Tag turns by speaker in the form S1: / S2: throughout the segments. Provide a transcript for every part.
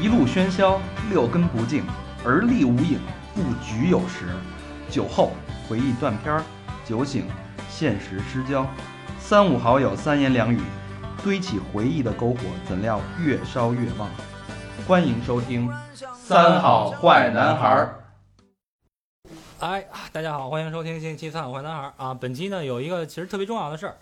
S1: 一路喧嚣，六根不净，而立无影，不局有时。酒后回忆断片儿，酒醒现实失焦。三五好友三言两语，堆起回忆的篝火，怎料越烧越旺。欢迎收听《三好坏男孩儿》。
S2: 哎，大家好，欢迎收听新一期《三好坏男孩》啊！本期呢有一个其实特别重要的事儿，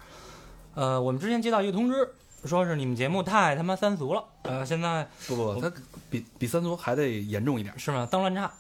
S2: 呃，我们之前接到一个通知，说是你们节目太他妈三俗了，呃，现在
S3: 不不不，他比比三足还得严重一点。
S2: 是吗？脏乱差
S3: 啊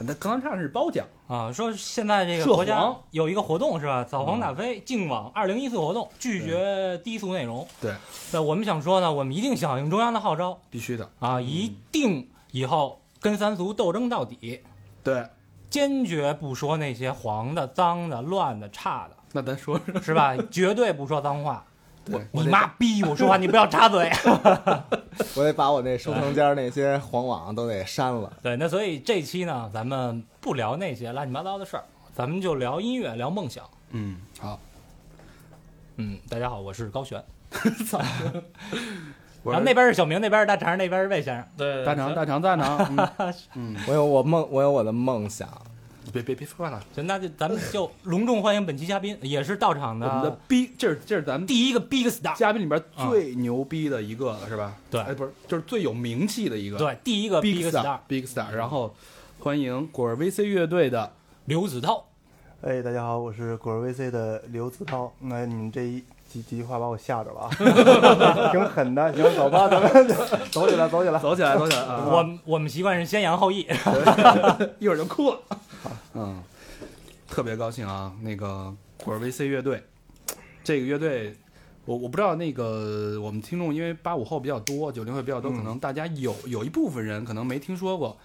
S3: 那刚刚唱是褒奖，
S2: 啊！说现在这个
S3: 涉
S2: 国家
S3: 黄嗯
S2: 有一个活动是吧？扫黄打非，净网二零一四活动，拒绝低俗内容。
S3: 对，
S2: 那我们想说呢，我们一定响应中央的号召
S3: 必须的。
S2: 啊，一定以后跟三俗斗争到底，
S3: 对，
S2: 坚决不说那些黄的、脏的、乱的、差的。
S3: 那咱说说，
S2: 是 吧？绝对不说脏话。
S3: 对
S2: 你妈逼！我说话你不要插嘴。
S4: 我得把我那收藏间那些黄网都得删了。
S2: 对，那所以这期呢，咱们不聊那些乱七八糟的事儿，咱们就聊音乐，聊梦想。
S3: 嗯，好，
S2: 嗯，大家好， 我是高璇。
S3: 我
S2: 然后那边是小明，那边是大肠，那边是魏先生。
S5: 对，
S3: 大肠大肠大肠，嗯
S4: 我有我梦，我有我的梦想。
S3: 别别别说话了，
S2: 行，那就咱们就隆重欢迎本期嘉宾，也是到场
S3: 我们的
S2: 的
S3: 逼，这是这是咱们啊
S2: 第一个 big star。
S3: 嘉宾里边最牛逼的一个了，是吧？
S2: 对
S3: 哎，不是，就是最有名气的一个，
S2: 对，第一个 big
S3: ，big
S2: star
S3: star，big star。然后欢迎果儿 VC 乐队的，
S2: 刘子韬。
S6: 哎，大家好，我是果儿 VC 的刘子涛。那你们这一几几句话把我吓着了啊，啊挺狠的。行，走吧，咱们走起来，走起来。
S3: 走起来，走 起来啊！
S2: 我我们习惯是先扬后抑。
S3: 一会儿就哭了。 嗯，特别高兴啊！那个果儿 VC 乐队，这个乐队，我我不知道那个我们听众，因为八五后比较多，九零后比较多，
S6: 嗯
S3: 可能大家有有一部分人可能没听说过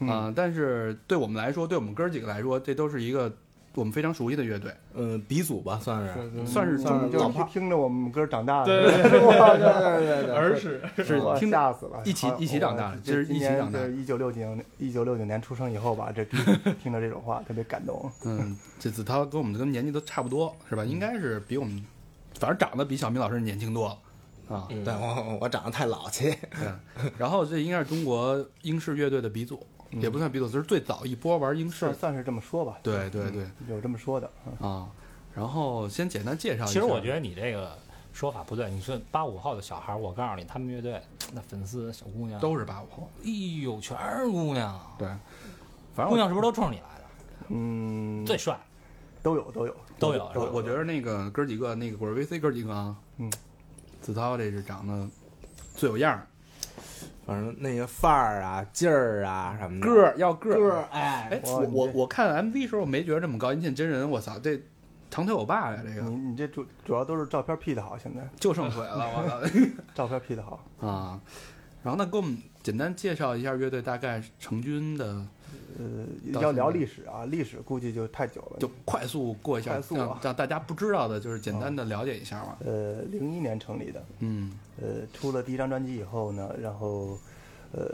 S6: 嗯
S3: 啊、但是对我们来说，对我们哥儿几个来说，这都是一个我们非常熟悉的乐队。
S4: 嗯，鼻祖吧，算是。
S3: 算是
S6: 算
S3: 中
S6: 就
S3: 老
S6: 是听听着我们歌长大的，
S5: 对对
S6: 对对对对，
S5: 儿时
S3: 是
S6: 我
S3: 听
S6: 吓死了，
S3: 一起
S6: 好
S3: 一起长大
S6: 我
S3: 这是
S6: 今
S3: 一起
S6: 年
S3: 长大
S6: 就是一九六九一九六九年出生以后吧，这听听着这种话特别感 动。
S3: 嗯，这子韬跟我们跟年纪都差不多，是吧？应该是比我们，反正长得比小明老师年轻多了啊。
S4: 对我我长得太老气。
S3: 对， 然后这应该是中国英式乐队的鼻祖，也不算鼻祖，就是最早一波玩英式
S6: 算。嗯算是这么说吧，
S3: 对对对
S6: 有这么说的。嗯
S3: 啊，然后先简单介绍一下。
S2: 其实我觉得你这个说法不对，你说八五后的小孩儿，我告诉你，他们乐队那粉丝小姑娘，
S3: 都是八五后，
S2: 哎呦，全是姑娘，
S3: 对，反正
S2: 姑
S3: 我
S2: 娘是不是都冲着你来的？
S6: 嗯，
S2: 最帅
S6: 都有都有，
S2: 都有，是啊
S3: 我
S2: 吧
S3: 我觉得那个哥几个，那个果儿 VC 哥几个啊，
S6: 嗯，
S3: 子韬这是长得最有样儿，
S4: 反正那个范儿啊、劲儿啊什么的。
S3: 个儿要个
S4: 个
S3: 儿。
S4: 儿，哎，
S3: 哎，
S6: 哇
S3: 我我
S6: 你这
S3: 我看 MV 时候没觉得这么高，你见真人，我操，这长腿欧巴哎呀，这
S6: 你
S3: 个
S6: 你这主主要都是照片 P 的好，现在
S3: 就剩腿了，我操。
S6: 照片 P 的好。
S3: 啊，然后那给我们简单介绍一下乐队大概成军的，
S6: 呃，
S3: 到
S6: 要
S3: 现
S6: 聊
S3: 在
S6: 历史啊，历史估计就太久了。
S3: 就快速过一下，
S6: 快速啊
S3: 让让大家不知道的，就是简单的了解一下嘛。
S6: 呃，零一年成立的，
S3: 嗯
S6: 呃，出了第一张专辑以后呢，然后，呃，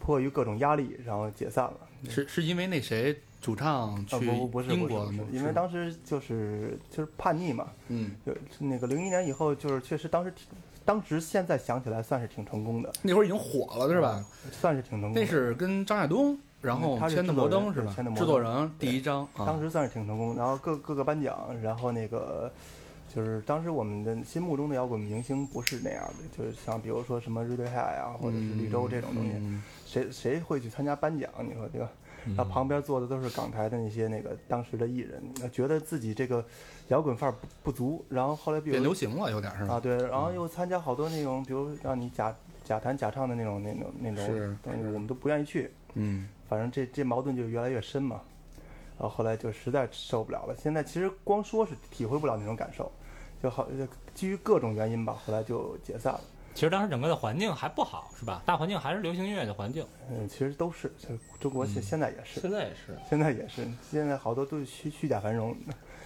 S6: 迫于各种压力，然后解散了。
S3: 是是因为那谁主唱
S6: 啊，
S3: 去
S6: 不不不是
S3: 英
S6: 不是
S3: 国了
S6: 不
S3: 吗？
S6: 是，因为
S3: 是
S6: 当时就是就是叛逆嘛，
S3: 嗯
S6: 就那个零一年以后，就是确实当时挺，当时现在想起来算是挺成功的，
S3: 那会儿已经火了是吧？
S6: 算是挺成功的。
S3: 那是跟张亚东，然后
S6: 啊嗯他是
S3: 签的
S6: 制作
S3: 摩登
S6: 人
S3: 是
S6: 对
S3: 吧
S6: 签的？摩
S3: 制
S6: 登
S3: 作人第一张啊
S6: 当，时算是挺成功，然后各各个颁奖，然后那个就是当时我们的心目中的摇滚明星不是那样的，就是像比如说什么 Radiohead 呀、啊或者是绿洲这种东西，
S3: 嗯
S6: 谁谁会去参加颁奖？你说对吧？那旁边坐的都是港台的那些那个当时的艺人，那觉得自己这个摇滚范儿不不足，然后后来比
S3: 变
S6: 如
S3: 流行了有点是
S6: 啊
S3: 吧？嗯
S6: 对，然后又参加好多那种，比如让你假假弹假唱的那种那种那
S3: 是
S6: 种东西，我们都不愿意去。
S3: 嗯，
S6: 反正这这矛盾就越来越深嘛。然后后来就实在受不了了，现在其实光说是体会不了那种感受，就好就基于各种原因吧，后来就解散了。
S2: 其实当时整个的环境还不好，是吧？大环境还是流行音乐的环境。
S6: 嗯，其实都是，就是中国
S3: 嗯
S6: 现现在也是，
S5: 现在也是，
S6: 现在也是，现在好多都是虚虚假繁荣，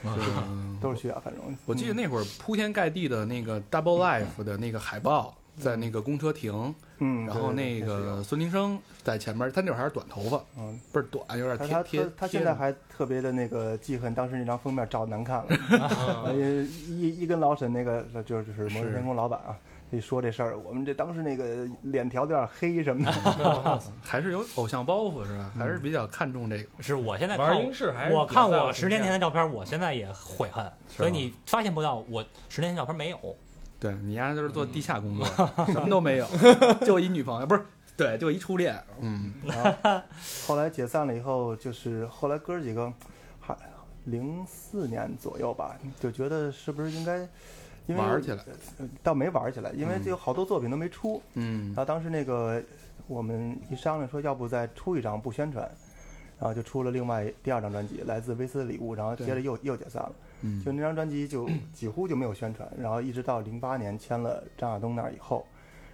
S6: 都是虚假繁荣。
S3: 我记得那会儿铺天盖地的那个 Double Life 的那个海报，在那个公车停，
S6: 嗯嗯，嗯，
S3: 然后
S6: 对
S3: 那，
S6: 对对
S3: 个孙林生在前面，他那会儿还是短头发，
S6: 是有嗯，
S3: 倍儿短，有点
S6: 但
S3: 贴
S6: 是他
S3: 贴
S6: 他他
S3: 贴
S6: 现
S3: 的
S6: 在还特别的那个记恨当时那张封 面照得难看了，哎一一跟老沈那个就是就是摩登天空老板啊，一说这事儿，我们这当时那个脸调的有点黑什么的，
S3: 还是有偶像包袱是吧？还是比较看重这个。
S2: 是我现在看
S5: 玩
S2: 我
S5: 英式还是
S2: 我
S5: 比
S2: 看
S5: 赛
S2: 我
S5: 是
S2: 十
S5: 这
S2: 年前
S5: 样
S2: 的照片，我现在也悔恨，所以你发现不到我十年前照片没有。
S3: 对你丫就是做地下工作， 什么都没有，就一女朋友，不是对，就一初恋。嗯，
S6: 后来解散了以后，就是后来哥儿几个，还零四年左右吧，就觉得是不是应该，因为
S3: 玩儿起来，
S6: 呃倒没玩儿起来，因为这有好多作品都没出。
S3: 嗯
S6: 然，后当时那个我们一商量说，要不再出一张不宣传，然后就出了另外第二张专辑《来自威斯的礼物》，然后接着又又解散了。
S3: 嗯
S6: 就那张专辑就几乎就没有宣传，然后一直到零八年签了张亚东那儿以后，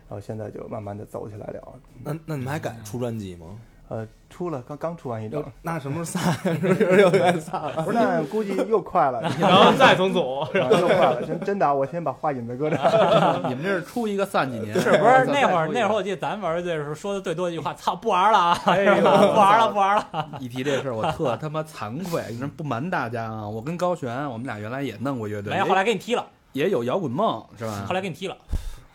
S6: 然后现在就慢慢的走起来了。
S4: 那那你们还敢出专辑吗？
S6: 呃，出了刚刚出完一张
S4: 有，那什么时 候散？是不是有点散了？
S6: 不是那估计又快了，
S5: 然后再总组，
S6: 又快了，真真的啊，我先把话引子搁这儿。
S3: 你们这是出一个散几年？
S2: 是不是那会儿
S3: 散
S2: 那会儿我记得咱玩乐队的时候说的最多的一句话，操，不玩了啊，
S3: 呦
S2: 不玩了不玩了。
S3: 一提这事儿，我特他妈惭愧，你说不瞒大家啊，我跟高璇，我们俩原来也弄过乐队，
S2: 没有，后来给你踢了，
S3: 也也有摇滚梦是吧？
S2: 后来给你踢了，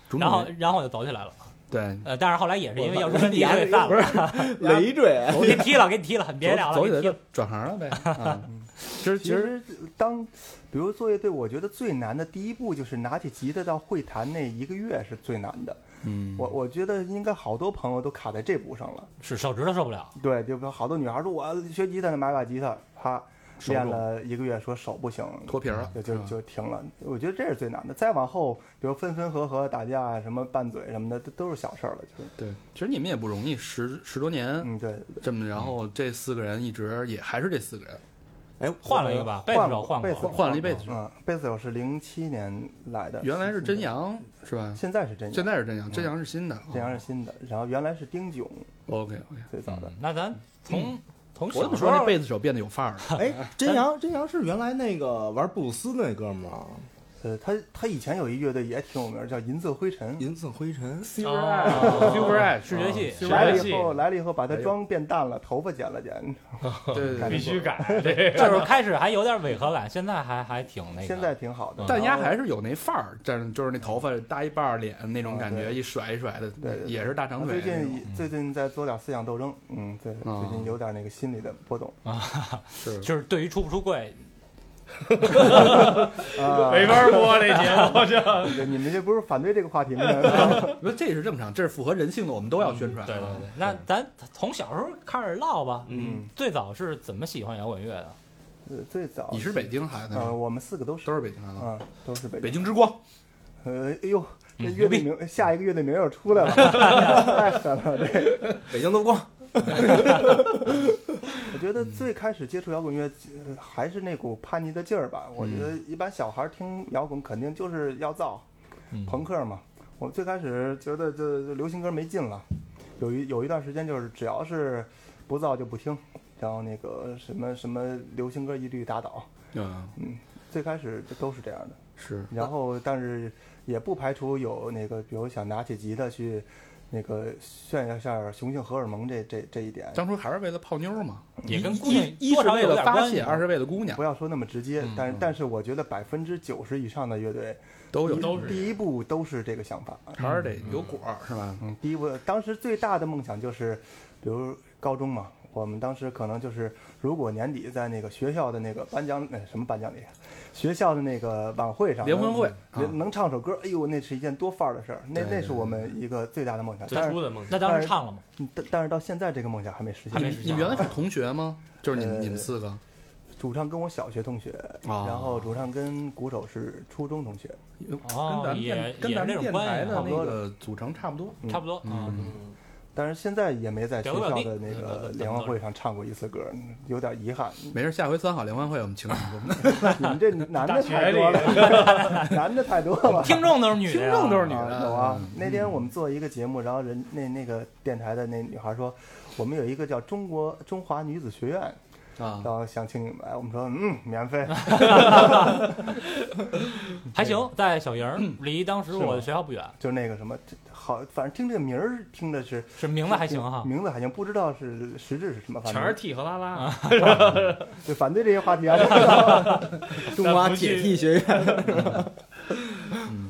S3: 种种
S2: 然后
S3: 原因
S2: 然后我就走起来了。
S3: 对
S2: 呃，但是后来也是因为要出专辑，所以散
S4: 不
S2: 了，
S4: 是 累赘，
S2: 给你踢了，给你踢了，别聊了，
S3: 走
S2: 给
S3: 走
S2: 你
S3: 起
S2: 踢
S3: 来
S2: 了
S3: 就。转 行了呗。啊其实
S6: 其
S3: 其实
S6: 实当，比如做乐队，我觉得最难的第一步就是拿起吉他到会弹那一个月是最难的。
S3: 嗯，
S6: 我我觉得应该好多朋友都卡在这步上了。
S2: 是手指头受不了，
S6: 对，就比如好多女孩说，我学吉他呢，买把吉他，啪，
S3: 手
S6: 练
S3: 重
S6: 了一个月，说手不行，
S3: 脱皮儿了
S6: 就就
S3: 啊
S6: 就停了。我觉得这是最难的。再往后，比如分分合合、打架啊、什么拌嘴什么的，都都是小事儿了。就是，
S3: 对，其实你们也不容易，十十多年
S6: 嗯，对，
S3: 这么，然后这四个人一直也还是这四个人，
S4: 哎，
S2: 换了一个吧，贝斯
S6: 换
S2: 手
S6: 过
S2: 换
S6: 贝
S2: 过
S6: 斯手
S3: 换换了一辈子是吧
S6: 嗯，贝斯手是零七年来的，
S3: 原来是真
S6: 阳，
S3: 阳 是吧？
S6: 现在是真阳，
S3: 现在是真阳，真阳是新的。哦
S6: 真阳是新的，然后原来是丁炯
S3: OK OK，
S6: 最早的，
S2: 那咱从从
S3: 嗯我怎
S2: 小
S3: 么
S2: 时
S3: 说
S2: 候
S3: 那贝斯手变得有范儿了？
S4: 哎，真阳真阳是原来那个玩布鲁斯那哥们儿啊，
S3: 嗯
S6: 呃，他他以前有一乐队也挺有名儿，叫银色灰尘，
S4: 银色灰 尘，
S3: Silver Eye，Silver Eye
S2: 视觉系
S3: 是
S5: 是
S3: 吧？
S6: 来了
S5: 系
S6: 以后来了以后
S3: 哎
S6: 把他妆变淡了，头发剪了剪，
S3: 对对对
S5: 必须改这个。
S2: 就是开始还有点违和感，现在还还挺
S3: 哎
S2: 那个。
S6: 现在挺好的。
S3: 但丫
S6: 然后
S3: 还是有那范儿，但是就是那头发搭一半儿脸那种感
S6: 啊
S3: 觉，
S6: 对
S3: 一甩一甩的
S6: 对，对
S3: 也是大长
S6: 他
S3: 腿
S6: 最
S3: 那种。
S6: 近最近在做点思想斗争，嗯，对，
S3: 啊
S6: 最近有点那个心理的 波动，
S3: 是
S2: 就是对于出不出柜，
S6: 啊
S3: 哎
S5: 没法播这节目，这
S6: 对你们这不是反对这个话 题吗？呃
S3: 不，这是正常，这是符合人性的，我们都要宣 传。
S2: 嗯对对对，那咱从小时候开始唠吧。
S6: 嗯，
S2: 最早是怎么喜欢摇滚乐的？
S6: 呃最早
S3: 啊你是北京孩子
S6: 呃，
S3: 吗，
S6: 我们四个都是
S3: 都，是北京孩子，
S6: 嗯，都是北
S3: 北
S6: 京。
S3: 京之光。
S6: 呃，哎呦，这
S2: 嗯
S6: 乐队名下一个乐队名又 出来了，太狠了！这
S4: 北京都光，
S6: 我觉得最开始接触摇滚乐，呃还是那股叛逆的劲儿吧。
S2: 嗯
S6: 我觉得一般小孩儿听摇滚肯定就是要造，
S2: 嗯
S6: 朋克嘛。我最开始觉得这这流行歌没劲了，有一有一段时间就是只要是不造就不听，然后那个什么什么流行歌一律打倒。
S3: 嗯，
S6: 最开始就都是这样的。
S3: 是
S6: 然后但是也不排除有那个，比如想拿起吉他去那个炫耀一下雄性荷尔蒙这这这一点，
S3: 当初还是为了泡妞嘛，
S2: 也跟姑娘
S3: 一一
S2: 多
S3: 是
S2: 少
S3: 为
S2: 有
S3: 了
S2: 点
S3: 发
S2: 关系
S3: 泄，二是为了姑娘
S6: 不，要说那么直接，
S3: 嗯
S6: 但是
S3: 嗯
S6: 但是我觉得百分之九十以上的乐队
S3: 都有
S6: 一
S5: 都是
S6: 第一步都是这个想法。
S3: 还是得有果儿是吧？
S6: 嗯，第一步当时最大的梦想就是，比如高中嘛。我们当时可能就是，如果年底在那个学校的那个颁奖，那呃什么颁奖礼，啊学校的那个晚会上，
S3: 联欢会
S6: 能
S3: 啊
S6: 能唱首歌，哎呦，那是一件多范儿的事儿，那
S3: 对对
S6: 那是我们一个最大的梦想。
S5: 最
S6: 但是
S5: 初的梦想
S2: 那
S3: 哎
S2: 当时唱了吗？
S6: 嗯但但是到现在这个梦想还没实
S2: 还没
S6: 现。
S2: 实
S3: 你们原来是同学吗？就是你们
S6: 呃
S3: 你们四个，
S6: 主唱跟我小学同学，
S3: 哦
S6: 然后主唱跟鼓手是初中同学。
S3: 跟
S2: 哦
S3: 咱们
S2: 也
S3: 电跟咱
S2: 也是这种
S3: 们电
S2: 关系
S3: 台
S2: 差
S3: 的
S2: 不
S3: 那
S2: 多
S3: 个组成差不多。
S6: 嗯
S2: 差不多啊。
S3: 嗯，
S6: 但是现在也没在学校的那
S2: 表个
S6: 个
S2: 弟
S6: 联欢会上唱过一次歌，有点遗憾。
S3: 嗯没事，下回三好联欢会我们请你们。
S6: 你们这男
S5: 大
S6: 的
S5: 学
S6: 太
S5: 里
S6: 多了，男的太多 了。
S2: 听众都是女的呀，
S3: 听众都是女
S6: 啊
S3: 的，
S6: 有啊。那天我们做一个节目，然后人那那个电台的那女孩说，我们有一个叫中国中华女子学院，
S3: 啊
S6: 然，后想请你们来。我们说嗯，免费。
S2: 还行，在小营儿
S6: 嗯
S2: 离当时我的学校不远，
S6: 就那个什么好，反正听这名儿听的是
S2: 是名字还行哈。
S6: 名字还行，不知道是实质是什么，反正
S5: 全是 T 和拉拉，
S2: 啊
S6: 就反对这些话题 啊。
S4: 中华铁 T 学院，
S2: 那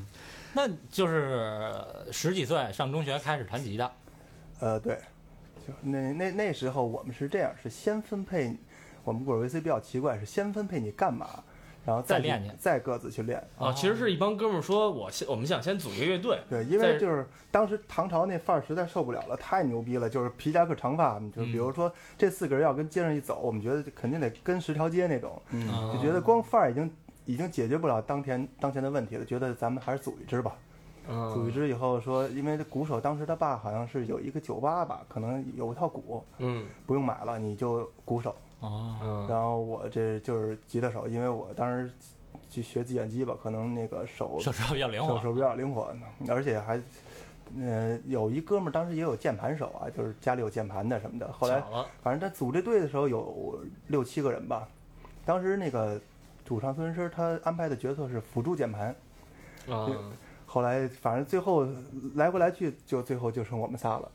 S2: 那就是十几岁上中学开始弹吉的，
S6: 呃，对，就那那那时候我们是这样，是先分配，我们果维 C 比较奇怪，是先分配你干嘛，然后
S2: 再
S6: 去
S2: 练去哦
S6: 再各自去练。
S5: 啊，其实是一帮哥们儿说，我先我们想先组一个乐队，
S6: 对，因
S5: 在
S6: 为就是当时唐朝那范儿实在受不了了，太牛逼了，就是皮夹克长发，你就
S2: 嗯
S6: 比如说这四个人要跟街上一走，我们觉得肯定得跟十条街那种，
S2: 嗯
S6: 就觉得光范儿已经已经解决不了当前当前的问题了，觉得咱们还是组一支吧。
S2: 嗯
S6: 组一支以后说，因为这鼓手当时他爸好像是有一个酒吧吧，可能有一套鼓，
S5: 嗯
S6: 不用买了，你就鼓手。
S2: 哦，
S5: 嗯
S6: 然后我这就是吉他手，因为我当时去学计算机吧，可能那个手
S2: 手指头比较灵活
S6: 手，手比较灵活，而且还，呃，有一哥们儿当时也有键盘手啊，就是家里有键盘的什么的。后来
S5: 巧了
S6: 反正他组这队的时候有六七个人吧，当时那个主唱孙师他安排的角色是辅助键盘，
S5: 啊，
S6: 后来反正最后来回来去就最后就剩我们仨了，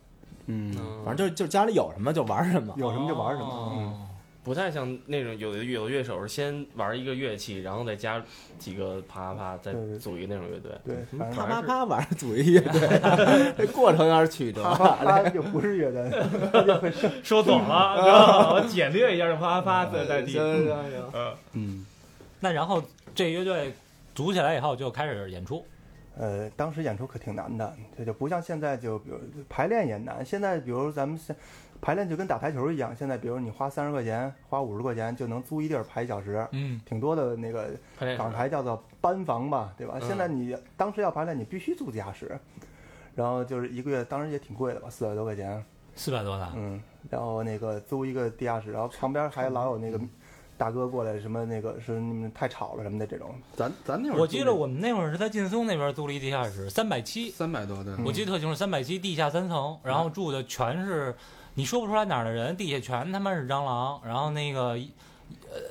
S4: 嗯，
S5: 嗯
S4: 反正就是就是家里有什么就玩什么，
S6: 有什么就玩什么。嗯
S2: 哦
S5: 不太像那种有的有的乐手是先玩一个乐器，然后再加几个啪啪啪，再
S6: 对对
S5: 组一个那种乐队。
S6: 对，反正
S4: 啪啪啪，晚上组一乐队，这过程有点曲折。
S6: 啪
S5: 啊
S6: 啪啪就不是乐队，他就会是
S5: 说懂了，知道吗？我简略一下，啪啪啪，再再地。
S4: 行行行，
S5: 嗯，
S3: 嗯，
S2: 那然后这乐队组起来以后就开始演出，
S6: 呃，当时演出可挺难的，这就不像现在就，比如排练也难。现在比如咱们现排练就跟打台球一样，现在比如你花三十块钱，花五十块钱就能租一地儿排一小时，
S2: 嗯，
S6: 挺多的那个
S5: 排练
S6: 港
S5: 场
S6: 台叫做班房吧，对吧？
S5: 嗯
S6: 现在你当时要排练，你必须租地下室，然后就是一个月，当时也挺贵的吧，四百多块钱，
S2: 四百多呢，
S6: 嗯，然后那个租一个地下室，然后旁边还老有那个大哥过来什么那个是你们太吵了什么的这种，
S3: 咱咱那会儿
S2: 我记得我们那会儿是在劲松那边租了一地下室，三百七，
S3: 三百多的，
S2: 我记得特清楚，三百七地下三层，
S3: 嗯
S2: 然后住的全是你说不出来哪儿的人，地下全他妈是蟑螂，然后那个。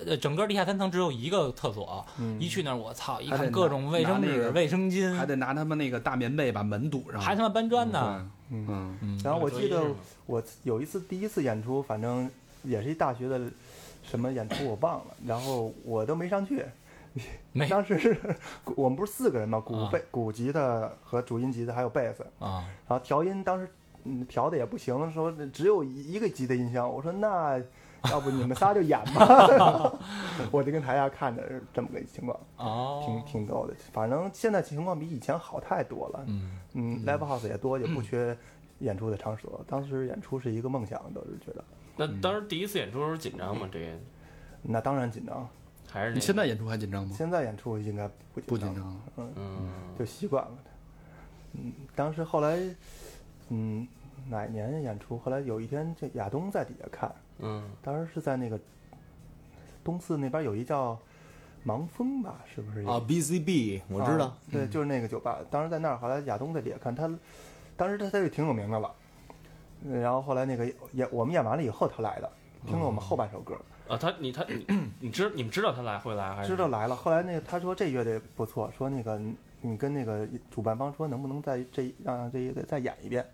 S2: 呃，整个地下三层只有一个厕所，
S6: 嗯
S2: 一去那儿我操，一
S3: 还
S2: 看
S3: 得
S2: 各种卫生
S3: 拿拿那
S2: 纸、
S3: 个
S2: 卫生巾，
S3: 还得拿他们那个大棉被把门堵上，
S2: 还他妈搬砖呢。
S3: 嗯
S6: 嗯
S3: 嗯
S2: 嗯
S6: 然后我记得
S5: 德意是吗
S6: 我有一次第一次演出，反正也是一大学的什么演出我忘了，然后我都没上去。
S2: 没
S6: 当时是 我们不是四个人嘛，鼓
S2: 啊
S6: 贝、鼓吉他和主音吉他还有贝斯，
S2: 啊，
S6: 然后调音当时嗯调的也不行，说只有一个吉他音箱，我说那要不你们仨就演吧， 我就跟台下看着是这么个情况，
S2: 哦，
S6: 挺挺逗的。反正现在情况比以前好太多了，
S2: 嗯，
S6: 嗯，live house 也多，也不缺演出的场所。当时演出是一个梦想，都是觉得。
S5: 那当
S3: 嗯
S5: 时第一次演出的时候紧张吗？这个
S6: 那当然紧张，
S5: 还是那
S3: 你现
S5: 个
S3: 在演出还紧张吗？
S6: 现在演出应该不
S3: 嗯不
S6: 紧
S3: 紧
S6: 张，
S3: 张了，啊
S5: 嗯
S6: 就习惯了。嗯，当时后来，嗯，哪年演出？后来有一天，这亚东在底下看，
S5: 嗯
S6: 当时是在那个东四那边有一叫盲峰吧，是不是？
S4: 啊，BZB 我知道
S6: 嗯啊，对，
S3: 嗯
S6: 就是那个酒吧。当时在那儿，后来亚东在底下看他，当时他他就挺有名的了。嗯然后后来那个演我们演完了以后，他来的，听了
S3: 哦
S6: 我们后半首歌，
S5: 啊，他你他你你知你们知道他来会来
S3: 哎
S5: 还是
S6: 知道来了。后来那个他说这乐队不错，说那个你跟那个主办方说能不能在这让这乐队再演一遍。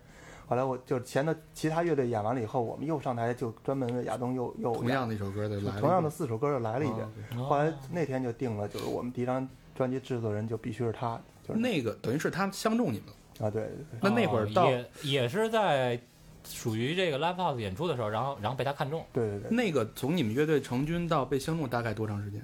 S6: 后来我就是前头其他乐队演完了以后，我们又上台就专门为亚东又又
S3: 同样的一首歌的来了一
S6: 演
S3: 个，
S6: 同样的四首歌又来了一遍
S3: 啊。
S2: 哦
S6: 后来那天就定了，就是我们第一张专辑制作人就必须是他，就是
S3: 那个等于是他相中你们了，
S6: 啊对，
S3: 那那会儿
S2: 哦
S3: 到
S2: 也也是在属于这个 live house 演出的时候，然后然后被他看中，
S6: 对对对。
S3: 那个从你们乐队成军到被相中大概多长时间？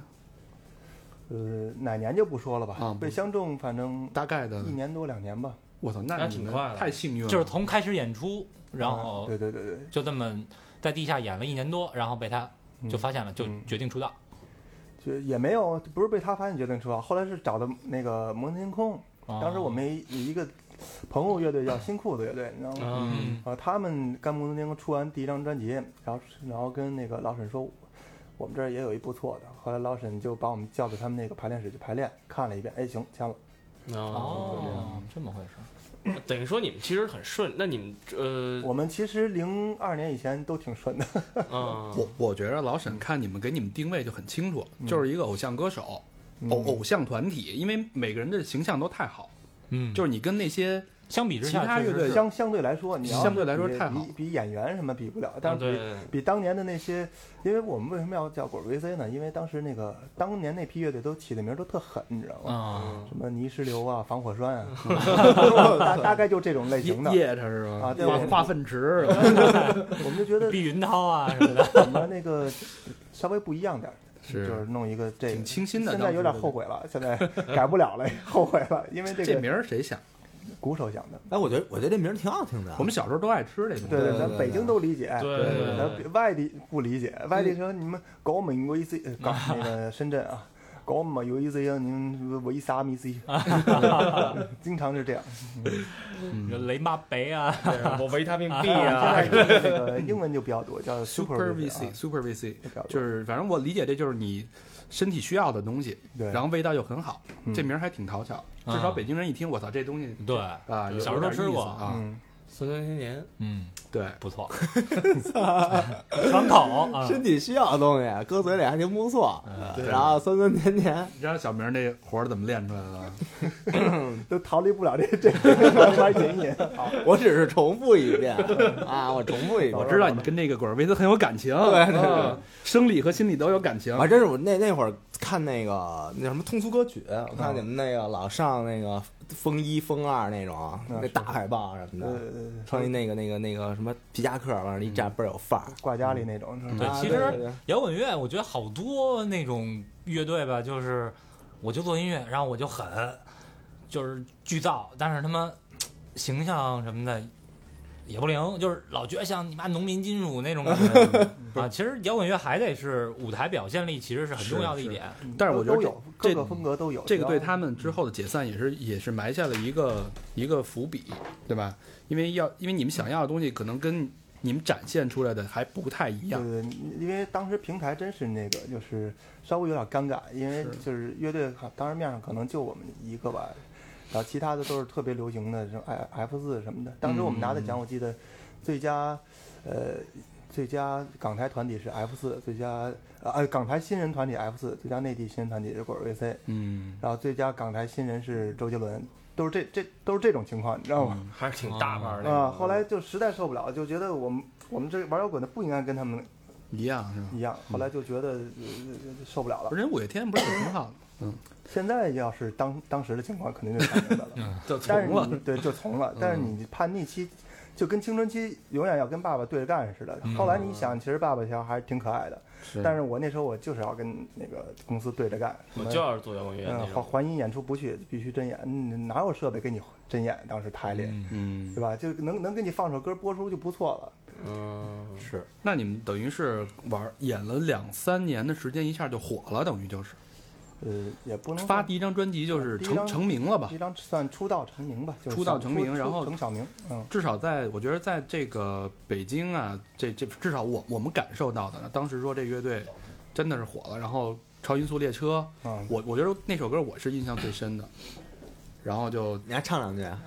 S6: 呃，哪年就不说了吧。
S3: 啊
S6: 被
S3: 不
S6: 相中，反正
S3: 大概的
S2: 嗯
S6: 一，年多两年吧。
S3: 我操，那
S5: 那
S3: 你
S5: 挺
S3: 们
S5: 快的
S3: 太幸运了，
S2: 就是从开始演出，然
S6: 啊
S2: 后
S6: 对对对对，
S2: 就这么在地下演了一年多，然后被他
S6: 嗯
S2: 就发现了，就
S6: 嗯
S2: 决定出道。
S6: 就也没有，不是被他发现决定出道，后来是找的那个摩登天空。
S2: 哦
S6: 当时我们一一个朋友乐队叫新裤子乐队，你知道吗？
S5: 嗯
S2: 嗯
S6: 啊，他们干摩登天空出完第一张专辑，然后然后跟那个老沈说，我们这儿也有一不错的。后来老沈就把我们叫到他们那个排练室去排练，看了一遍，哎，行，签了。
S2: 哦，这么回事。
S5: 等于说你们其实很顺，那你们呃
S6: 我们其实零二年以前都挺顺的，嗯
S5: 啊
S3: 我我觉着老沈看你们给你们定位就很清
S6: 嗯
S3: 楚，就是一个偶像歌手、偶偶像团体，因为每个人的形象都太好，
S2: 嗯，
S3: 就是你跟那些
S2: 相比之
S3: 其他
S2: 下，确
S3: 乐队
S2: 实是
S3: 像
S6: 相相对来说，你要
S3: 相对来说
S6: 比
S3: 太好
S6: 比比演员什么比不了，但
S5: 啊
S6: 是
S5: 对
S6: 比
S5: 对对
S6: 比当年的那些，因为我们为什么要叫果儿 VC 呢？因为当时那个当年那批乐队都起的名儿都特狠，你知道吗？
S2: 啊，
S3: 嗯
S6: 什么泥石流啊，防火栓 啊，大大概就这种类
S3: 夜
S6: 型的。
S3: 夜叉是吧？
S6: 啊对
S3: 化
S6: 我
S3: 化粪 池，
S6: 我们就觉 得
S2: 碧云涛啊什么的，
S6: 我们那个稍微不一样点儿，
S3: 是
S6: 就是弄一个这个。
S3: 挺清新的。
S6: 现在有点后
S3: 悔，
S6: 悔了，现在改不了了，后悔了，因为这
S3: 这
S6: 个
S3: 名儿谁想？
S6: 鼓手想的。
S7: 哎，我觉得我觉得这名儿挺好听的。
S3: 我们小时候都爱吃这种。
S6: 啊对
S4: 对
S6: 咱
S4: 对
S6: 北京都理解，
S5: 对
S3: 对对
S6: 咱别外地不理解，外地说你们搞我们有意思，呃搞那个深圳啊，搞我们有意思，你们为啥没 事？经常是这样。
S2: 有雷妈白啊，
S5: 我维他命 B 啊，
S6: 现在那个英文就比较多，叫 super
S3: Super
S6: VC 啊
S3: VC，Super VC，
S6: 就比较多
S3: 就是反正我理解这就是你身体需要的东西，
S6: 对
S3: 然后味道又很好，
S6: 嗯
S3: 这名儿还挺讨巧，
S2: 啊
S3: 至少北京人一听，我操，这东西
S2: 对，
S3: 啊，有
S2: 小时候
S3: 有点
S2: 吃过
S3: 意思啊，
S6: 嗯，
S5: 酸酸甜甜，
S2: 嗯，
S3: 对，
S2: 不错， 爽口啊，
S4: 身体需要的东西搁嘴里还挺不错，呃然后酸酸甜甜，
S3: 你知道小明儿这活儿怎么练出来的吗？
S6: 都逃离不了这这个歪谐音。
S4: 我只是重复一遍啊，我重复一遍。
S3: 我知道你跟那个果儿维斯很有感情，对对对，生理和心理都有感情
S4: 啊，，真是我那那会儿看那个那什么通俗歌曲，我看你们那个老上那个风一风二那种那大海报什么
S6: 对
S4: 的，
S6: 对对对
S4: 穿一那个那个那个什么皮夹克，往那儿一站倍儿有范儿。
S6: 挂家里那种，
S2: 对
S4: 啊
S2: 其
S4: 对
S2: 实
S4: 对对
S2: 摇滚乐，我觉得好多那种乐队吧，就是我就做音乐，然后我就狠，就是巨造，但是他妈形象什么的也不灵，就是老觉得像你妈农民金属那种感觉啊。其实摇滚乐还得是舞台表现力，其实是很重要的一点。
S3: 但是
S6: 都
S3: 我觉得
S6: 都
S3: 这
S6: 有各
S3: 这
S6: 个风格都有。
S3: 这个对
S6: 只要
S3: 他们之后的解散也是也是埋下了一个一个伏笔，对吧？因为要因为你们想要的东西可能跟你们展现出来的还不太一样，
S6: 对对，因为当时平台真是那个，就是稍微有点尴尬，因为就是乐队当时面上可能就我们一个吧，然后其他的都是特别流行的，什么哎 F F 四什么的。当时我们
S3: 嗯
S6: 拿的奖，我记得最佳呃最佳港台团体是 F 四，最佳呃港台新人团体 F 四，最佳内地新人团体是果儿 V C，
S3: 嗯，
S6: 然后最佳港台新人是周杰伦，都是这这都是这种情况，你知道吗？
S3: 嗯
S5: 还是挺大牌儿的嗯
S6: 啊，后来就实在受不了，就觉得我们我们这玩摇滚的不应该跟他们
S3: 嗯一样是吧？
S6: 一样，后
S3: 嗯
S6: 来就觉得、呃受不了了
S3: 而。且五月天不是也挺好 的，
S6: 现在要是当当时的情况，肯定就想明白 了。
S3: 就
S6: 但是
S3: 从了。嗯
S6: 你对就从了，但是你叛逆期就跟青春期永远要跟爸爸对着干似的。
S3: 嗯
S6: 后来你想，其实爸爸小孩还挺可爱的，但是我那时候我就是要跟那个公司对着干，什
S5: 我
S6: 么
S5: 就要是做摇滚乐
S6: 嗯
S5: 那
S6: 环
S5: 种，
S6: 环音演出不去，必须真演，嗯哪有设备给你真演？当时台里。
S3: 嗯
S6: 对，吧？就能能给你放首歌播出就不错了。
S5: 嗯，
S3: 那你们等于是玩演了两三年的时间，一下就火了，等于就是
S6: 呃，也不能
S3: 发
S6: 算
S3: 第一张专辑就是
S6: 第一张
S3: 成成名了吧
S6: 这？张算出道成名吧，就是
S3: 出道
S6: 小
S3: 成名然后
S6: 成小名，嗯，
S3: 至少在我觉得在这个北京啊，这这至少我我们感受到的，当时说这乐队真的是火了。然后超音速列车，
S6: 啊，
S3: 我我觉得那首歌我是印象最深的。然后就
S4: 你还唱两句，啊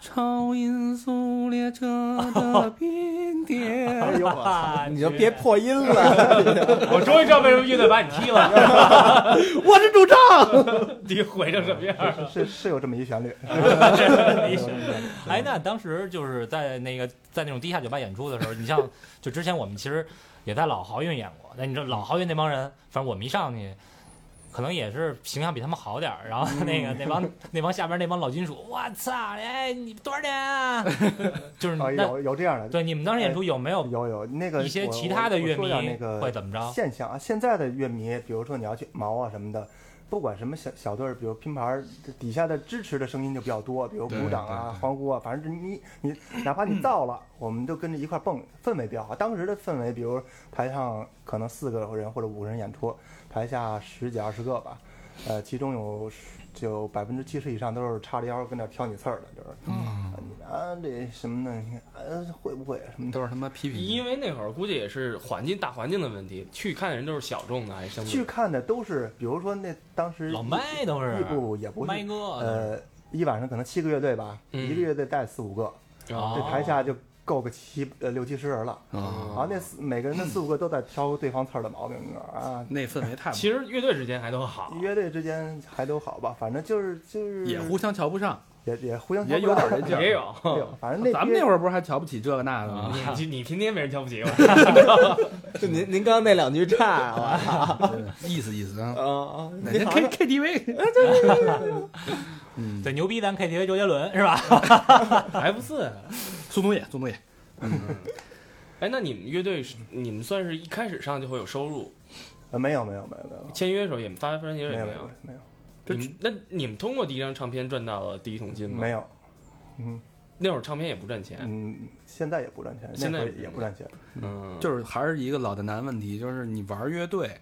S3: 超音速列车的冰
S6: 哎
S3: 点，
S6: 呦我操！
S2: 啊
S4: 你就别破音 了。
S5: 我终于知道为什么乐队把你踢了，
S4: 我是主唱，
S5: 你毁成什么样儿？
S6: 是是有这么一旋律，
S2: 哎，那当时就是在那个在那种地下酒吧演出的时候，你像就之前我们其实也在老豪运演过，那你知道老豪运那帮人，反正我们一上去。可能也是形象比他们好点儿，然后那个那帮那帮下边那帮老金属，我操，哎，你多少钱啊？ 就是
S6: 啊，
S2: 那
S6: 有有这样的，
S2: 对你们当时演出有没有
S6: 有有那个
S2: 一些
S6: 我
S2: 其他的
S6: 我
S2: 乐
S6: 说
S2: 迷
S6: 点那
S2: 会
S6: 个
S2: 怎么着？
S6: 现象啊，现在的乐迷，比如说你要去毛啊什么的。不管什么小小队儿，比如拼盘儿底下的支持的声音就比较多，比如鼓掌啊、欢呼啊，反正你你哪怕你造了，我们就跟着一块儿蹦，氛围比较好。当时的氛围，比如台上可能四个人或者五个人演出，台下十几二十个吧，呃，其中有十就百分之七十以上都是叉着腰跟那儿挑你刺儿的，就是，啊你啊这什么呢？你啊会不会啊什 么的？
S3: 都是他妈批评你。
S5: 因为那会儿估计也是环境大环境的问题，去看的人都是小众的，还是相
S6: 去
S5: 对
S6: 看的都是，比如说那当时
S2: 老麦都
S5: 啊
S2: 是
S6: 一部也不
S2: 麦
S6: 是，
S2: 哥，
S6: 呃，一晚上可能七个乐队吧，
S5: 嗯
S6: 一个乐队带四五个，
S5: 啊
S6: 这台下就够个七呃六七十人了。
S3: 啊，
S6: 然后那四每个人的四五个都在挑对方刺儿的毛病你知道啊。
S3: 那氛围太不
S5: 其实乐队之间还都好，
S6: 乐队之间还都好吧，反正就是就是
S3: 也互相瞧不上，
S6: 也也互相
S3: 也有点这劲儿
S5: 也有
S6: 也有反正那
S3: 咱们那会儿不是还瞧不起这个那个的吗？
S5: 你你天天没人瞧不起我，
S4: 就您您刚刚那两句差，啊我
S3: 意思意思啊，
S4: 啊，
S3: 哪
S4: 你
S3: 天
S4: 好
S3: K K T V，嗯，
S2: 对，牛逼咱 KTV 周杰伦是吧？
S5: F 四。
S3: 宋冬野，宋冬野，
S5: 哎，那你们乐队是你们算是一开始上就会有收入，
S6: 呃没有没有没有没有
S5: 签约的时候也发专辑也
S6: 没有
S5: 没
S6: 没有
S5: 有。
S6: 没有
S5: 你们那你们通过第一张唱片赚到了第一桶金吗？
S6: 没，有，嗯
S5: 那会儿唱片也不赚钱。
S6: 嗯，现在也不赚钱，
S5: 现在
S6: 那
S5: 也
S6: 会儿
S5: 不
S6: 也不赚钱，
S5: 嗯，
S3: 就是还是一个老的难问题，就是你玩乐队，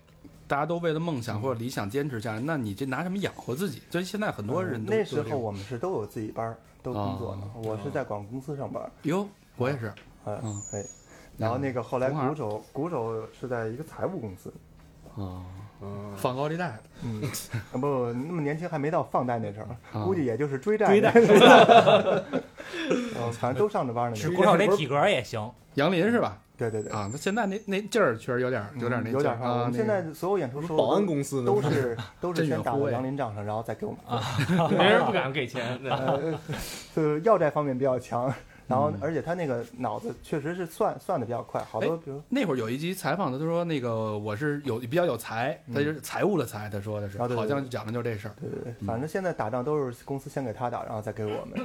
S3: 大家都为了梦想或者理想坚持下来，那你这拿什么养活自己？就现在很多人
S6: 嗯
S3: 都
S6: 那时
S3: 都这
S6: 候
S3: 样啊
S6: 我们是都有自己班儿，都工作呢，我是在广告公司上班，
S3: 哟，我也是，
S6: 哎
S3: 嗯
S6: 哎，然后那个后来
S3: 同行
S6: 鼓手鼓手是在一个财务公司，
S3: 哦，
S5: 嗯
S3: 放高利贷，
S6: 嗯，啊不，那么年轻还没到放贷那阵
S3: 啊
S6: 儿，估计也就是追债，
S3: 追债
S6: 嗯，反正都上着班呢。
S2: 是鼓手这体格也行，
S3: 杨林是吧？
S6: 对对对，
S3: 啊，那现在那那劲儿确实有点有点那
S6: 嗯有
S3: 劲
S6: 点
S3: 儿
S6: 儿我
S3: 啊。
S6: 们
S3: 那
S6: 现
S3: 个
S6: 在所有演出收入
S4: 保安公司呢
S6: 都是都是
S3: 镇远
S6: 先打
S3: 护
S6: 到
S3: 卫
S6: 杨林账上，然后再给我们
S5: 没嗯人不敢给 钱。对
S3: 啊
S6: 呃，就是要债方面比较强，然
S3: 嗯
S6: 后而且他那个脑子确实是算算的比较快，好
S3: 哎
S6: 多比如
S3: 那会儿有一集采访，他就说那个我是有比较有才，他就是财务的才，他说的是，
S6: 啊对对
S3: 好像讲的就这事儿
S6: 对对对，反正现在打仗都是公司先给他打，然后再给我们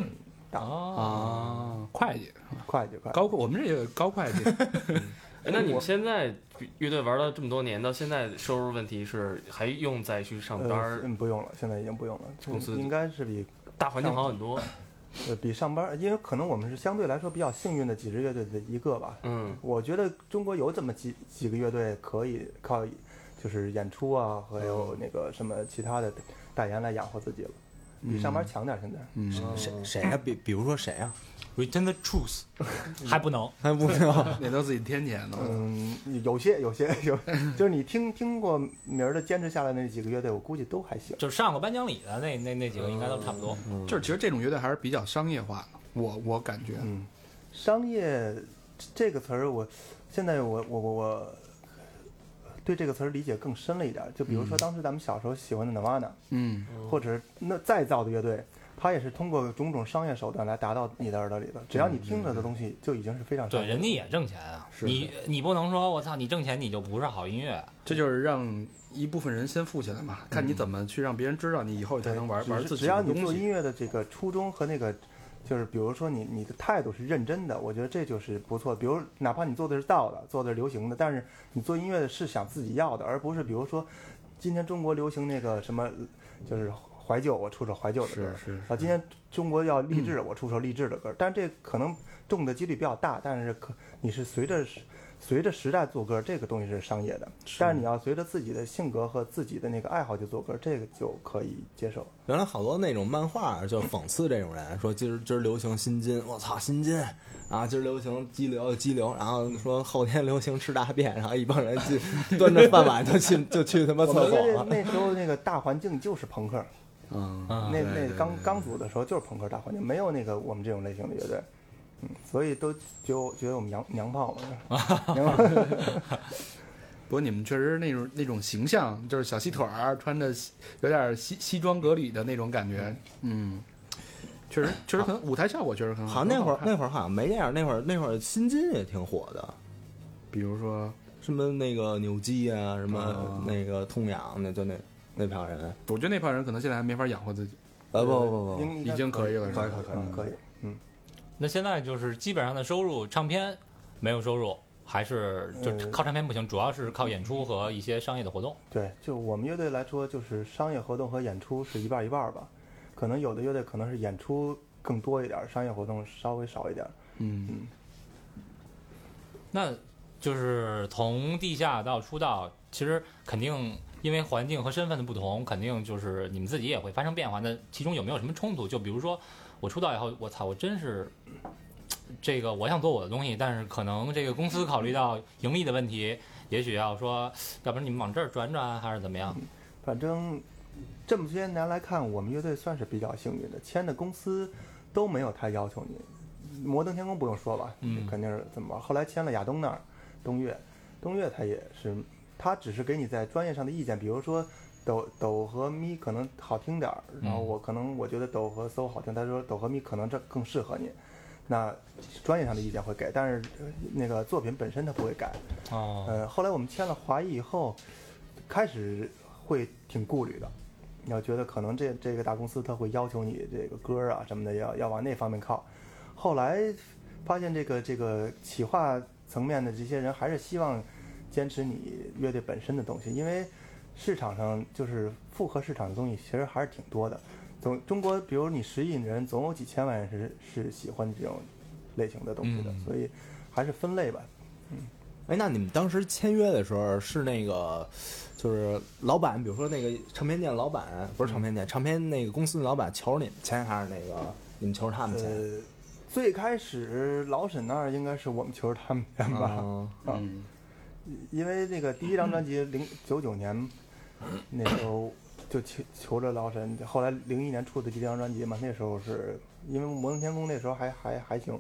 S6: 打，
S3: 啊。会计
S6: 快就快。
S3: 高会，我们这也有高会 计，
S5: 哎那你们现在乐队玩了这么多年，到现在收入问题是还用再去上班
S6: 呃，
S5: 儿？
S6: 嗯，不用了，现在已经不用了。
S5: 公司
S6: 应该是比
S5: 大环境好很多。
S6: 呃比上班，因为可能我们是相对来说比较幸运的几支乐队的一个吧。
S5: 嗯，
S6: 我觉得中国有这么几几个乐队可以靠就是演出啊，还有那个什么其他的代言来养活自己了，比上班强点儿现在。
S3: 嗯，
S4: 谁谁呀？比比如说谁啊？
S2: Return the Truth，还不能
S4: 还不知道，
S3: 那都自己添减的。
S6: 嗯，有些有些有，就是你听听过名儿的，坚持下来那几个乐队，我估计都还行。
S2: 就是上过颁奖礼的那那那几个应该都差不多。
S6: 嗯
S3: 就是其实这种乐队还是比较商业化的，我我感觉，
S6: 嗯，商业这个词儿，我现在我我我我对这个词儿理解更深了一点儿。就比如说当时咱们小时候喜欢的 Nirvana，、
S3: 嗯，
S6: 或者是那再造的乐队，它也是通过种种商业手段来达到你的耳朵里的。只要你听着的东西，就已经是非常
S2: 对，
S6: 商业的
S2: 人
S3: 嗯
S2: 家也挣钱啊，你你不能说我操，你挣钱你就不是好音乐。
S3: 这就是让一部分人先富起来嘛，看你怎么去让别人知道你以后才
S6: 对，
S3: 嗯能玩
S6: 只
S3: 玩
S6: 是
S3: 自己
S6: 只要
S3: 的
S6: 你
S3: 东
S6: 做音
S3: 西。
S6: 乐的这个初衷和那个，就是比如说你你的态度是认真的，我觉得这就是不错。比如哪怕你做的是道的，做的是流行的，但是你做音乐的是想自己要的，而不是比如说今天中国流行那个什么，就是怀旧，我出首怀旧的歌
S3: 是
S6: 儿。
S3: 是，嗯
S6: 啊，今天中国要励志，我出首励志的歌儿，但这可能中的几率比较大，但是可你是随着时随着时代做歌儿，这个东西是商业的，但是你要随着自己的性格和自己的那个爱好去做歌儿，这个就可以接受。
S4: 原来好多那种漫画就讽刺这种人，说今儿今儿流行新金，我操新金啊！今儿流行激流激流，然后说后天流行吃大便，然后一帮人去端着饭碗就去就去他妈
S6: 我
S4: 厕
S6: 们
S4: 所
S6: 那
S4: 了。
S6: 那时候那个大环境就是朋克，
S3: 嗯，
S6: 那那刚刚组的时候就是朋克大环境，没有那个我们这种类型的乐队，嗯，所以都就觉得我们娘娘炮嘛，娘炮
S3: 不过你们确实那种那种形象，就是小细腿儿，穿着西有点西西装革履的那种感觉，嗯，确实确实很舞台效果确实很好。
S4: 好像那会儿
S3: 很好看
S4: 那会儿好像没这样，那会儿那会儿新金也挺火的，
S3: 比如说
S4: 什么那个扭机啊，什
S3: 啊
S4: 么那个痛痒的，就那那票人。
S3: 我觉得那帮人可能现在还没法养活自己。
S4: 呃不不不不，
S6: 应
S3: 已经可以了是吧
S6: 可以可以可以，嗯，
S2: 那现在就是基本上的收入，唱片没有收入，还是就
S6: 呃
S2: 靠唱片不行，主要是靠演出和一些商业的活动。
S6: 对，就我们乐队来说，就是商业活动和演出是一半儿一半儿吧，可能有的乐队可能是演出更多一点儿，商业活动稍微少一点儿，
S3: 嗯，
S2: 那就是从地下到出道，其实肯定因为环境和身份的不同，肯定就是你们自己也会发生变化。那其中有没有什么冲突？就比如说我出道以后，我操，我真是这个我想做我的东西，但是可能这个公司考虑到盈利的问题，也许要说，要不然你们往这儿转转，还是怎么样？
S6: 反正这么些年来看，我们乐队算是比较幸运的，签的公司都没有太要求你。摩登天空不用说吧，
S2: 嗯
S6: 肯定是怎么玩。后来签了亚东那儿，东岳，东岳他也是，他只是给你在专业上的意见，比如说抖抖和咪可能好听点儿，然后
S2: 嗯
S6: 我可能我觉得抖和搜好听，他说抖和咪可能这更适合你，那专业上的意见会给，但是呃那个作品本身他不会改。
S2: 哦，
S6: 呃，后来我们签了华谊以后，开始会挺顾虑的，你要觉得可能这这个大公司他会要求你这个歌儿啊什么的要要往那方面靠。后来发现这个这个企划层面的这些人还是希望坚持你乐队本身的东西，因为市场上就是复合市场的东西其实还是挺多的。总中国，比如你十亿人，总有几千万人是是喜欢这种类型的东西的，所以还是分类吧。
S4: 哎，那你们当时签约的时候是那个，就是老板，比如说那个唱片店老板，不是唱片店，唱片那个公司的老板求你们签，还是那个你们求着他们签？
S6: 呃，最开始老沈那儿应该是我们求着他们签吧，
S4: 嗯
S1: 嗯，
S6: 因为那个第一张专辑零九九年那时候就求求着老沈，后来零一年出的第一张专辑嘛，那时候是因为摩登天空那时候还 还还行，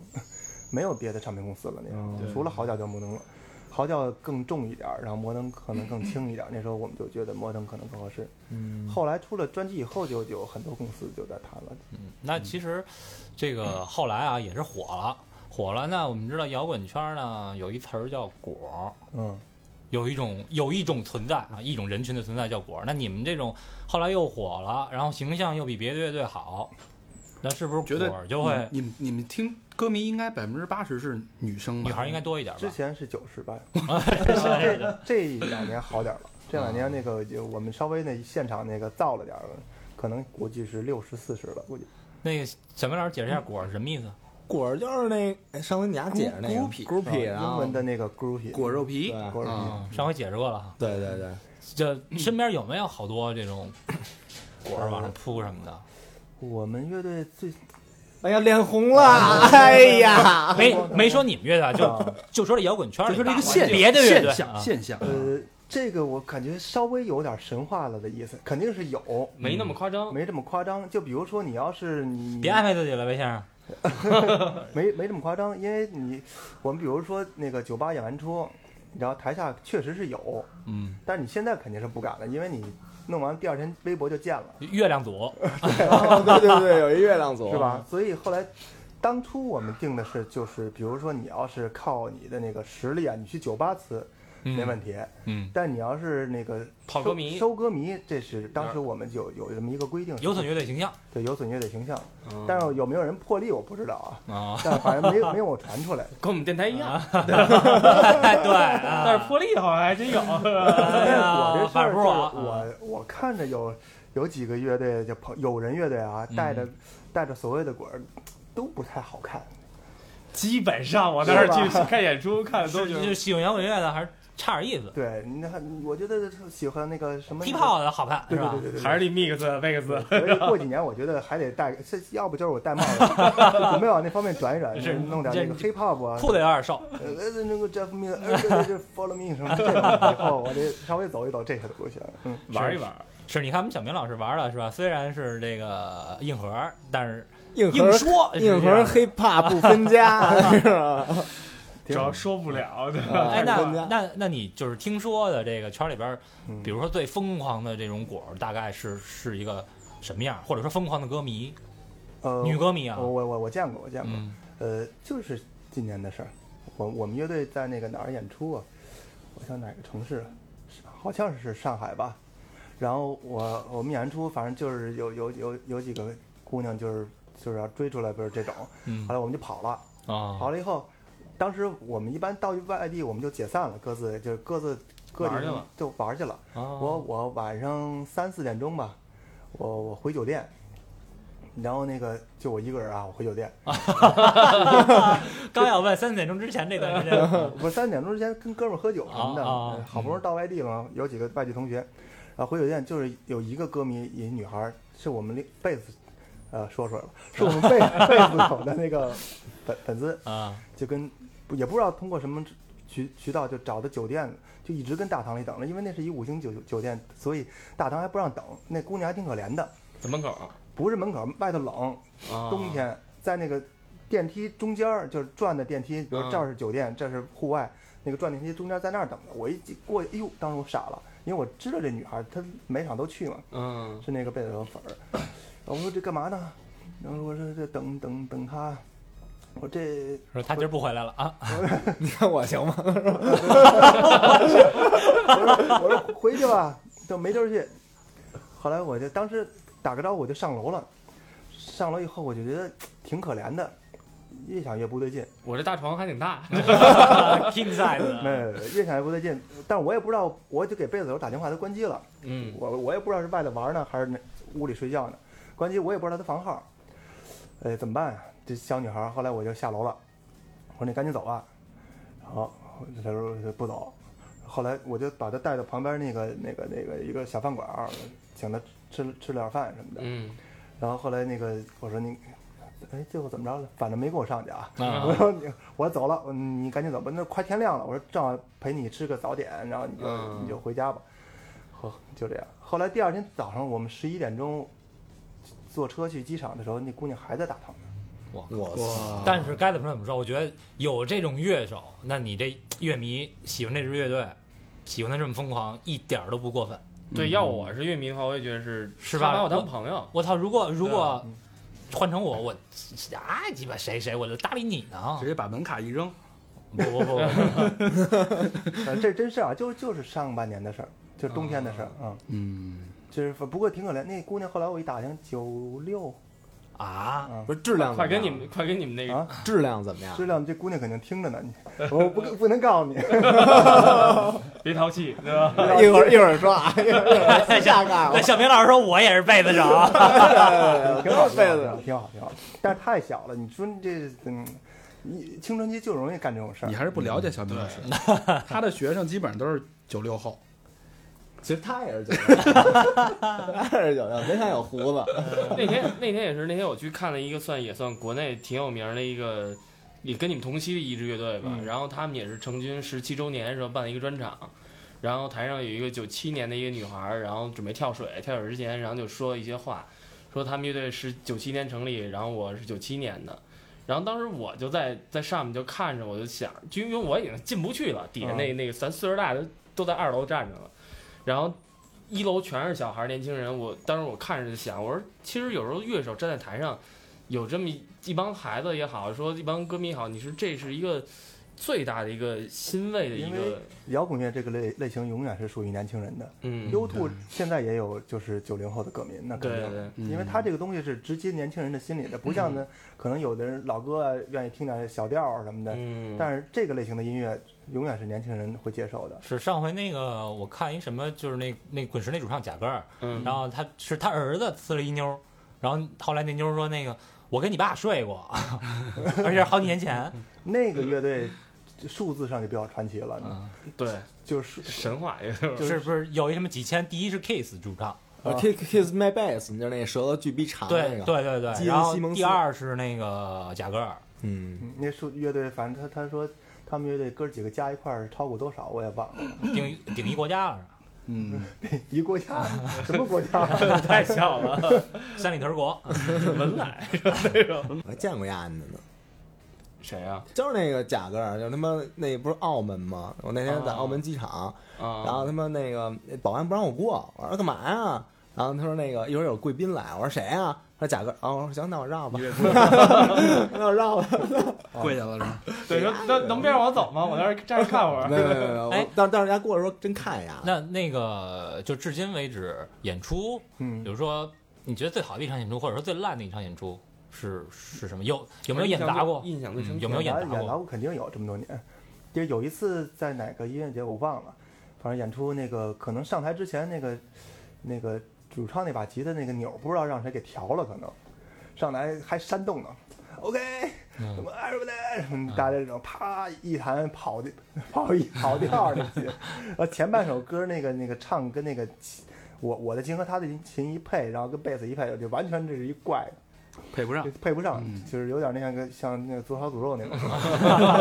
S6: 没有别的唱片公司了那时候，除了嚎叫就摩登了。嚎叫更重一点儿，然后摩登可能更轻一点儿。那时候我们就觉得摩登可能更合适。
S4: 嗯，
S6: 后来出了专辑以后，就有很多公司就在谈了。
S2: 那其实这个后来啊也是火了，火了呢，我们知道摇滚圈呢有一词儿叫果儿。
S6: 嗯，
S2: 有一种有一种存在啊，一种人群的存在叫果儿。那你们这种后来又火了，然后形象又比别的乐队好，那是不是
S3: 觉得
S2: 果儿就会
S3: 你们你们听歌迷应该百分之八十是女生吧，
S2: 女孩儿应该多一点吧
S6: 之？前是九十吧，
S2: 是
S6: 这这两年好点儿了，这两年那个就我们稍微那现场那个造了点儿，可能估计是六十四十了，估计
S2: 那个小明老师解释一下果儿是什么意思？
S4: 果儿就是那哎上回你俩解释那个
S3: Groupie
S4: groupie，
S6: 啊
S4: 然
S6: 英
S4: 后
S6: 文的那个 groupie
S3: 果肉皮
S4: 对，
S6: 果肉皮
S3: 啊
S2: 嗯上回解释过了哈。
S4: 对对对，
S2: 这身边有没有好多这种果儿往上扑什么的？
S6: 我们乐队最
S4: 哎呀，脸红了，哎呀，
S2: 没没说你们乐队啊，就
S6: 啊
S2: 就说这摇滚圈
S3: 就
S2: 里
S3: 是这
S2: 吧
S3: 个现
S2: 别的乐队
S3: 现象
S2: 啊
S3: 现象，
S6: 呃，这个我感觉稍微有点神话了的意思，肯定是有，
S5: 没那么夸张。
S6: 没这么夸张。就比如说你要是你
S2: 别安慰自己了，魏先生。
S6: 没没这么夸张，因为你我们比如说那个酒吧演完出，然后台下确实是有，
S2: 嗯，
S6: 但是你现在肯定是不敢了，因为你弄完第二天微博就见了。
S2: 月亮组
S4: 哦对对对，有一月亮组
S6: 是？吧？所以后来，当初我们定的是，就是比如说你要是靠你的那个实力啊，你去酒吧呲没问题，
S2: 嗯，
S6: 但你要是那个
S5: 跑
S6: 收
S5: 歌迷
S6: 收歌迷，这是当时我们有有这么一个规定，
S2: 有损乐队形象
S6: 对有损乐队形象，但是有没有人破例我不知道啊，
S2: 啊，
S6: 但反正没有没有传出来，
S5: 跟我们电台一样，
S2: 对啊， 哎
S5: 但是破例好像还真有。
S6: 但是我 这 事
S2: 反啊而
S6: 儿就
S2: 不
S6: 是
S2: 是我
S6: 我我看着有有几个乐队就朋友人乐队啊，带
S2: 嗯
S6: 着带着所谓的滚儿都不太好看，
S5: 基本上我那
S6: 是
S5: 儿
S6: 吧
S5: 去看演出看的都
S2: 是就是喜欢摇滚乐的还是差点意思。
S6: 对，你看我觉得喜欢那个什么
S2: 劈炮的好看是
S6: 对对
S2: 吧
S6: 对？对对，
S5: 还是那 mix mix。
S6: 所以过几年我觉得还得戴，这要不就是我戴帽子，准备往那方面转一转，
S2: 是
S6: 弄点那个 hip hop 啊，
S2: 裤子有点瘦，
S6: 呃呃那个 Jeff Me，呃对对对 Follow Me 什么这种，以后我得稍微走一走这些东西。嗯，
S5: 玩一玩，
S2: 是你看我们小明老师玩的是吧？虽然是这个硬核，但是
S4: 硬
S2: 硬
S4: 核
S2: 说是这
S4: 硬核
S2: 样
S4: hiphop 不分家，是吧？
S5: 主要说不了，对吧？
S2: 哎，
S4: 二十分
S2: 那
S4: 啊家
S2: 那那你就是听说的这个圈里边儿，
S6: 嗯
S2: 比如说最疯狂的这种果儿，大概是是一个什么样？或者说疯狂的歌迷，
S6: 呃，
S2: 女歌迷啊
S6: 我，我我我见过，我见过，
S2: 嗯，
S6: 呃，就是今年的事儿。我我们乐队在那个哪儿演出啊？我想哪个城市啊？是好像是上海吧。然后我我们演出，反正就是有有有有几个姑娘就是就是要追出来，不是这种。
S2: 嗯
S6: 后来我们就跑了，
S2: 啊，
S5: 哦
S6: 跑了以后，当时我们一般到外地我们就解散了，各自就是各自各
S5: 玩
S6: 地
S5: 去了哦
S6: 就玩去了。我
S2: 我
S6: 我晚上三四点钟吧，我我回酒店，然后那个就我一个人啊，我回酒店，
S2: 刚要问三点钟之前这段时间，
S6: 不是三点钟之前跟哥们儿喝酒什么的，
S2: 啊啊
S6: 呃好不容易到外地了嘛，有几个外地同学，然后回酒店就是有一个歌迷，一女孩儿是我们那贝斯，呃，说出来了，是我们 贝贝斯手的那个粉粉丝，
S2: 啊，
S6: 就跟不也不知道通过什么渠渠道就找的酒店，就一直跟大堂里等了，因为那是一五星酒酒店，所以大堂还不让等，那姑娘还挺可怜的，
S5: 在门口啊，
S6: 不是门口外头冷，冬天在那个电梯中间儿，就是转的电梯，比如
S5: 嗯
S6: 这儿是酒店，这是户外，那个转电梯中间在那儿等着。我一过去，哎呦，当时我傻了，因为我知道这女孩她每场都去嘛，
S5: 嗯
S6: 是那个贝斯手粉儿。然后我说这干嘛呢？然后我说这等等等他，我说这
S2: 说他今儿不回来了啊，
S4: 你看我行吗？
S6: 我说回去吧，就没地儿去。后来我就当时打个招呼我就上楼了，上楼以后我就觉得挺可怜的，越想越不对劲，
S5: 我这大床还挺大，
S2: king size
S6: 没有越想越不对劲。但我也不知道，我就给贝斯手打电话，他关机了。
S5: 嗯，
S6: 我我也不知道是外头玩呢，还是那屋里睡觉呢。关机我也不知道他房号，哎，怎么办呀、这小女孩儿后来我就下楼了，我说你赶紧走吧。然后她说不走。后来我就把她带到旁边那个那个那个一个小饭馆儿，请她吃吃了点饭什么的。
S5: 嗯，
S6: 然后后来那个我说你，哎，最后怎么着了？反正没跟我上去啊。
S2: 啊
S6: 我说你，我走了，嗯你赶紧走吧。那快天亮了，我说正好陪你吃个早点，然后你就、
S5: 嗯
S6: 你就回家吧。好，就这样。后来第二天早上，我们十一点钟坐车去机场的时候，那姑娘还在打堂呢。
S4: 我
S3: 哇，
S2: 但是该怎么说怎么说，我觉得有这种乐手，那你这乐迷喜欢这支乐队，喜欢的这么疯狂，一点儿都不过分。
S5: 对，要我是乐迷的话，我也觉得是
S2: 是吧
S5: 他把我当朋友，
S2: 我操，如果如
S5: 对
S2: 果换成我，我啊鸡巴谁谁，我就搭理你呢
S3: 直？接把门卡一扔，
S2: 不不不，不
S6: 呃， 这真是啊，就就是上半年的事儿，就冬天的事儿啊、嗯。
S3: 嗯，
S6: 就是不过挺可怜，那姑娘后来我一打听，九六
S2: 啊，
S4: 不是质量怎么
S5: 快
S4: 样，
S5: 跟你们快跟你们那个
S6: 啊
S4: 质量怎么样？
S6: 质量，这姑娘肯定听着呢，你我不不能告诉你。
S5: 别淘气，对吧？
S4: 一会儿一会儿说啊，一会儿一会儿私下啊干
S2: 那小明老师说我也是贝斯 手，
S6: 哎挺 好，
S4: 被
S6: 挺
S4: 子
S6: 好，挺好，挺好。但是太小了，你说你这嗯，你青春期就容易干这种事儿
S3: 你。还是不了解小明老师， 他的学生基本上都是九六 后，
S4: 其实他也是九 六，他也是九六，没看有胡 子，
S5: 那天那天也是那天我去看了一个算也算国内挺有名的一个，也跟你们同期的一支乐队吧，然后他们也是成军十七周年的时候办了一个专场，然后台上有一个九七年的一个女孩儿，然后准备跳水，跳水之前然后就说了一些话，说他们乐队是九七年成立，然后我是九七年的。然后当时我就在在上面就看着，我就想，就因为我已经进不去了，底下
S6: 啊
S5: 那那个咱岁数大的都在二楼站着了，然后一楼全是小孩儿、年轻人，我当时我看着就想，我说其实有时候乐手站在台上，有这么一一帮孩子也好，说一帮歌迷也好，你说这是一个最大的一个欣慰的一
S6: 因为
S5: 个，
S6: 摇滚乐这个类类型永远是属于年轻人的。
S5: 嗯，
S6: U t 现在也有就是九零后的歌迷，那肯
S5: 啊对
S6: 定
S5: 对
S6: 的，
S5: 对
S3: 嗯
S6: 因为他这个东西是直击年轻人的心理的，不像呢，可能有的人老歌啊愿意听点小调儿什么的，
S5: 嗯，
S6: 但是这个类型的音乐永远是年轻人会接受的。
S2: 是上回那个我看一什么，就是那那滚石那主唱贾戈尔，
S5: 嗯
S2: 然后他是他儿子呲了一妞儿，然后后来那妞儿说那个我跟你爸睡过， 而且是好几年前，
S6: 那个乐队数字上就比较传奇了，
S5: 对
S6: 就是
S5: 神话 也是
S2: 是不是有一什么几千？第一是 Kiss 主唱，
S4: 呃 kiss kiss my bass，你就是那舌头巨逼长的那
S2: 对
S4: 个，，
S2: 对对对，
S4: 基恩
S2: 然后
S4: 西蒙斯
S2: 第二是那个贾戈尔，
S4: 嗯，
S6: 嗯那数乐队，反正他他说他们乐队哥几个加一块儿超过多少，我也忘了。
S2: 顶顶一国家了是
S3: 嗯，
S6: 一 国家什么国家？
S5: 太像了，
S2: 吧，三里屯国，
S5: 文莱
S4: 我还见过丫的呢，
S5: 谁啊？
S4: 就是那个贾戈尔，就他妈那不是澳门吗？我那天在澳门机场，
S5: 啊，
S4: 然后他妈那个保安不让我过，我说干嘛呀？然后他说那个一会儿有贵宾来，我说谁呀？他说贾哥，哦，我说行，那我绕吧， 那我绕吧。
S3: 跪下了是吗？
S5: 对，说那能别让我走吗？我在这儿站着看会儿。
S4: 没有没有没有，
S2: 哎
S4: 我但但是人家过来说真看呀，
S2: 那那个就至今为止演出，比
S6: 嗯，
S2: 如说你觉得最好的一场演出，或者说最烂的一场演出是是什么？有有
S5: 有
S2: 没有演砸过？
S5: 印象最深
S2: 嗯有没有
S5: 演？
S2: 演
S6: 达
S2: 达过
S6: 演达过肯定有这么多年，就有一次在哪个音乐节我忘了，反正演出那个可能上台之前那个那个主唱那把吉他那个钮儿不知道让谁给调了，可能上来还煽动呢。OK，什
S2: 嗯
S6: 么 everybody，什么大家这种啪一弹跑的 跑一跑调那些，然后前半首歌那个那个唱跟那个琴我我的琴和他的琴一配，然后跟贝斯一配，就完全这是一怪的。
S3: 配不上
S6: 就，配不上，
S2: 嗯
S6: 就是有点那像个像那个左小诅咒那种。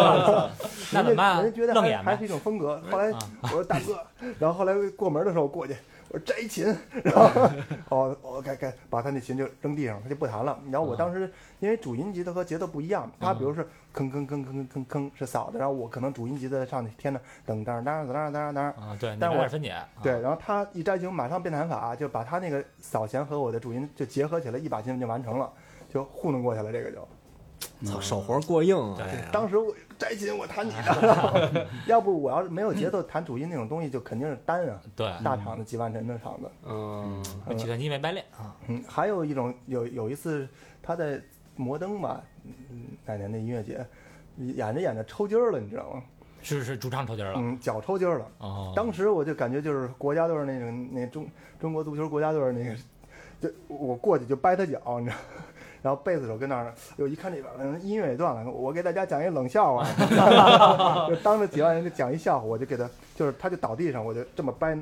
S2: 那怎么办啊啊
S6: 人家觉得
S2: 愣
S6: 还
S2: 演呗嗯啊
S6: 还是一种风格。后来我说大哥，然后后来过门的时候过去，我说摘琴，然后哦哦，该该把他那琴就扔地上，他就不弹了。然后我
S2: 啊
S6: 当时因为主音级的和节奏不一样，他
S2: 嗯
S6: 比如是吭吭吭吭吭吭是扫的，然后我可能主音级的上去，天呐，噔噔噔噔噔噔噔，
S2: 啊，对，你
S6: 但
S2: 们
S6: 我
S2: 俩分解，啊
S6: 对，然后他一摘琴马上变弹法，就把他那个扫弦和我的主音就结合起来，一把琴就完成了，就糊弄过去了。这个就，
S4: 操，手活过硬啊！
S2: 对
S4: 这个
S6: 当时我摘琴我弹你的，然后 要不我要是没有节奏弹主音那种东西，就肯定是单啊，
S2: 对，
S6: 大场子几万人的场子。
S5: 嗯，
S2: 那计算机没白练，
S6: 嗯，还有一种有有一次他在摩登吧，嗯，哪年的音乐节，演着演着抽筋儿了，你知道吗？
S2: 是是主唱抽筋儿了，
S6: 嗯，脚抽筋儿了。
S2: 哦，
S6: 当时我就感觉就是国家队儿那种那中中国足球国家队儿那个，就我过去就掰他脚，你知道。 然后贝斯手跟那儿，哎哟，一看这边嗯音乐也断了， 我给大家讲一冷笑话，就当着几万人就讲一笑话，我就给他，就是他就倒地上，我就这么掰，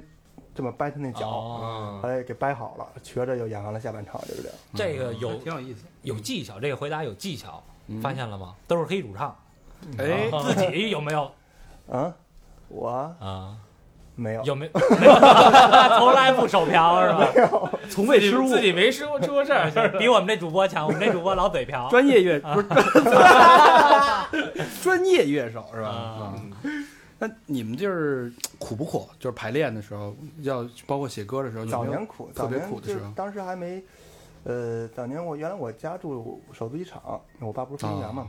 S6: 这么掰他那脚，嗯
S2: 哦，
S6: 后来给掰好了，瘸着又演完了下半场，就是这样。
S2: 这个有
S3: 挺有意思。
S2: 有技巧，这个回答有技巧，发现了吗？都是黑主唱，
S3: 哎，
S2: 自己有没有
S6: 啊，我
S2: 啊？
S6: 没有，
S2: 有 没有？从来不手瓢是吧？
S3: 从未
S2: 啊
S3: 失误，
S5: 自己没吃过出过事 儿，
S2: 比我们这主播强，我们这主播老嘴瓢。
S3: 专业乐不是专业乐手是吧？
S2: 啊
S3: 嗯那你们就是苦不苦？就是排练的时候，要包括写歌的时候，有
S6: 早
S3: 没有
S6: 年苦，
S3: 特
S6: 早
S3: 别
S6: 年
S3: 苦的
S6: 就
S3: 时候
S6: 当时还没，呃，早年我原来我家住首都机场，我爸不是飞行员嘛，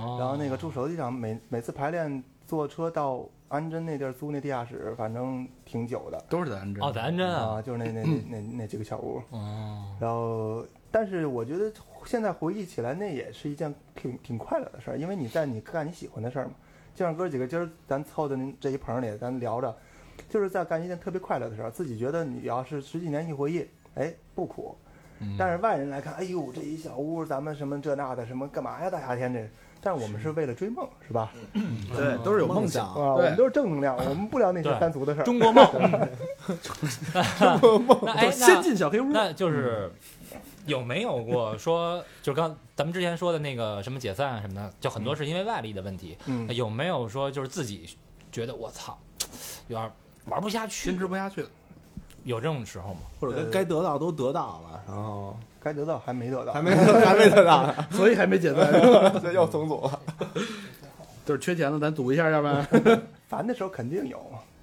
S2: 哦
S6: 然后那个住首都机场，每每次排练坐车到安贞那地儿租那地下室，反正挺久的
S3: 都是咱这
S2: 哦，咱真啊，
S6: 啊，就是那那那那那几个小屋，
S2: 哦，
S6: 然后但是我觉得现在回忆起来，那也是一件挺挺快乐的事儿，因为你在你干你喜欢的事儿嘛，就像哥几个今儿咱凑的那这一棚里，咱聊着，就是在干一件特别快乐的事儿，自己觉得你要是十几年一回忆，哎，不苦。但是外人来看，哎呦，这一小屋，咱们什么这那的，什么干嘛呀？大夏天这，但是我们是为了追梦，是吧？
S3: 对都是有梦
S4: 梦
S3: 想。
S6: 啊，
S4: 想，
S6: 我们都是正能量，我们不聊那些
S2: 对
S6: 三俗的事儿。
S2: 中国梦，中国梦。那哎，
S3: 先
S2: 那
S3: 进小黑屋，
S2: 那就是有没有过说，就是刚咱们之前说的那个什么解散啊什么的，就很多是因为外力的问题。
S6: 嗯，
S2: 有没有说就是自己觉得我操，有点玩不下去
S3: 坚，持不下去了。
S2: 有这种时候吗？
S4: 或者该该得到都得到了，然后
S6: 该得到还没得 到，
S4: 还没还没得到，
S3: 所以还没解散，
S4: 这又重组了。
S3: 就是缺钱了，咱赌一下，要不然
S6: 烦的时候肯定有，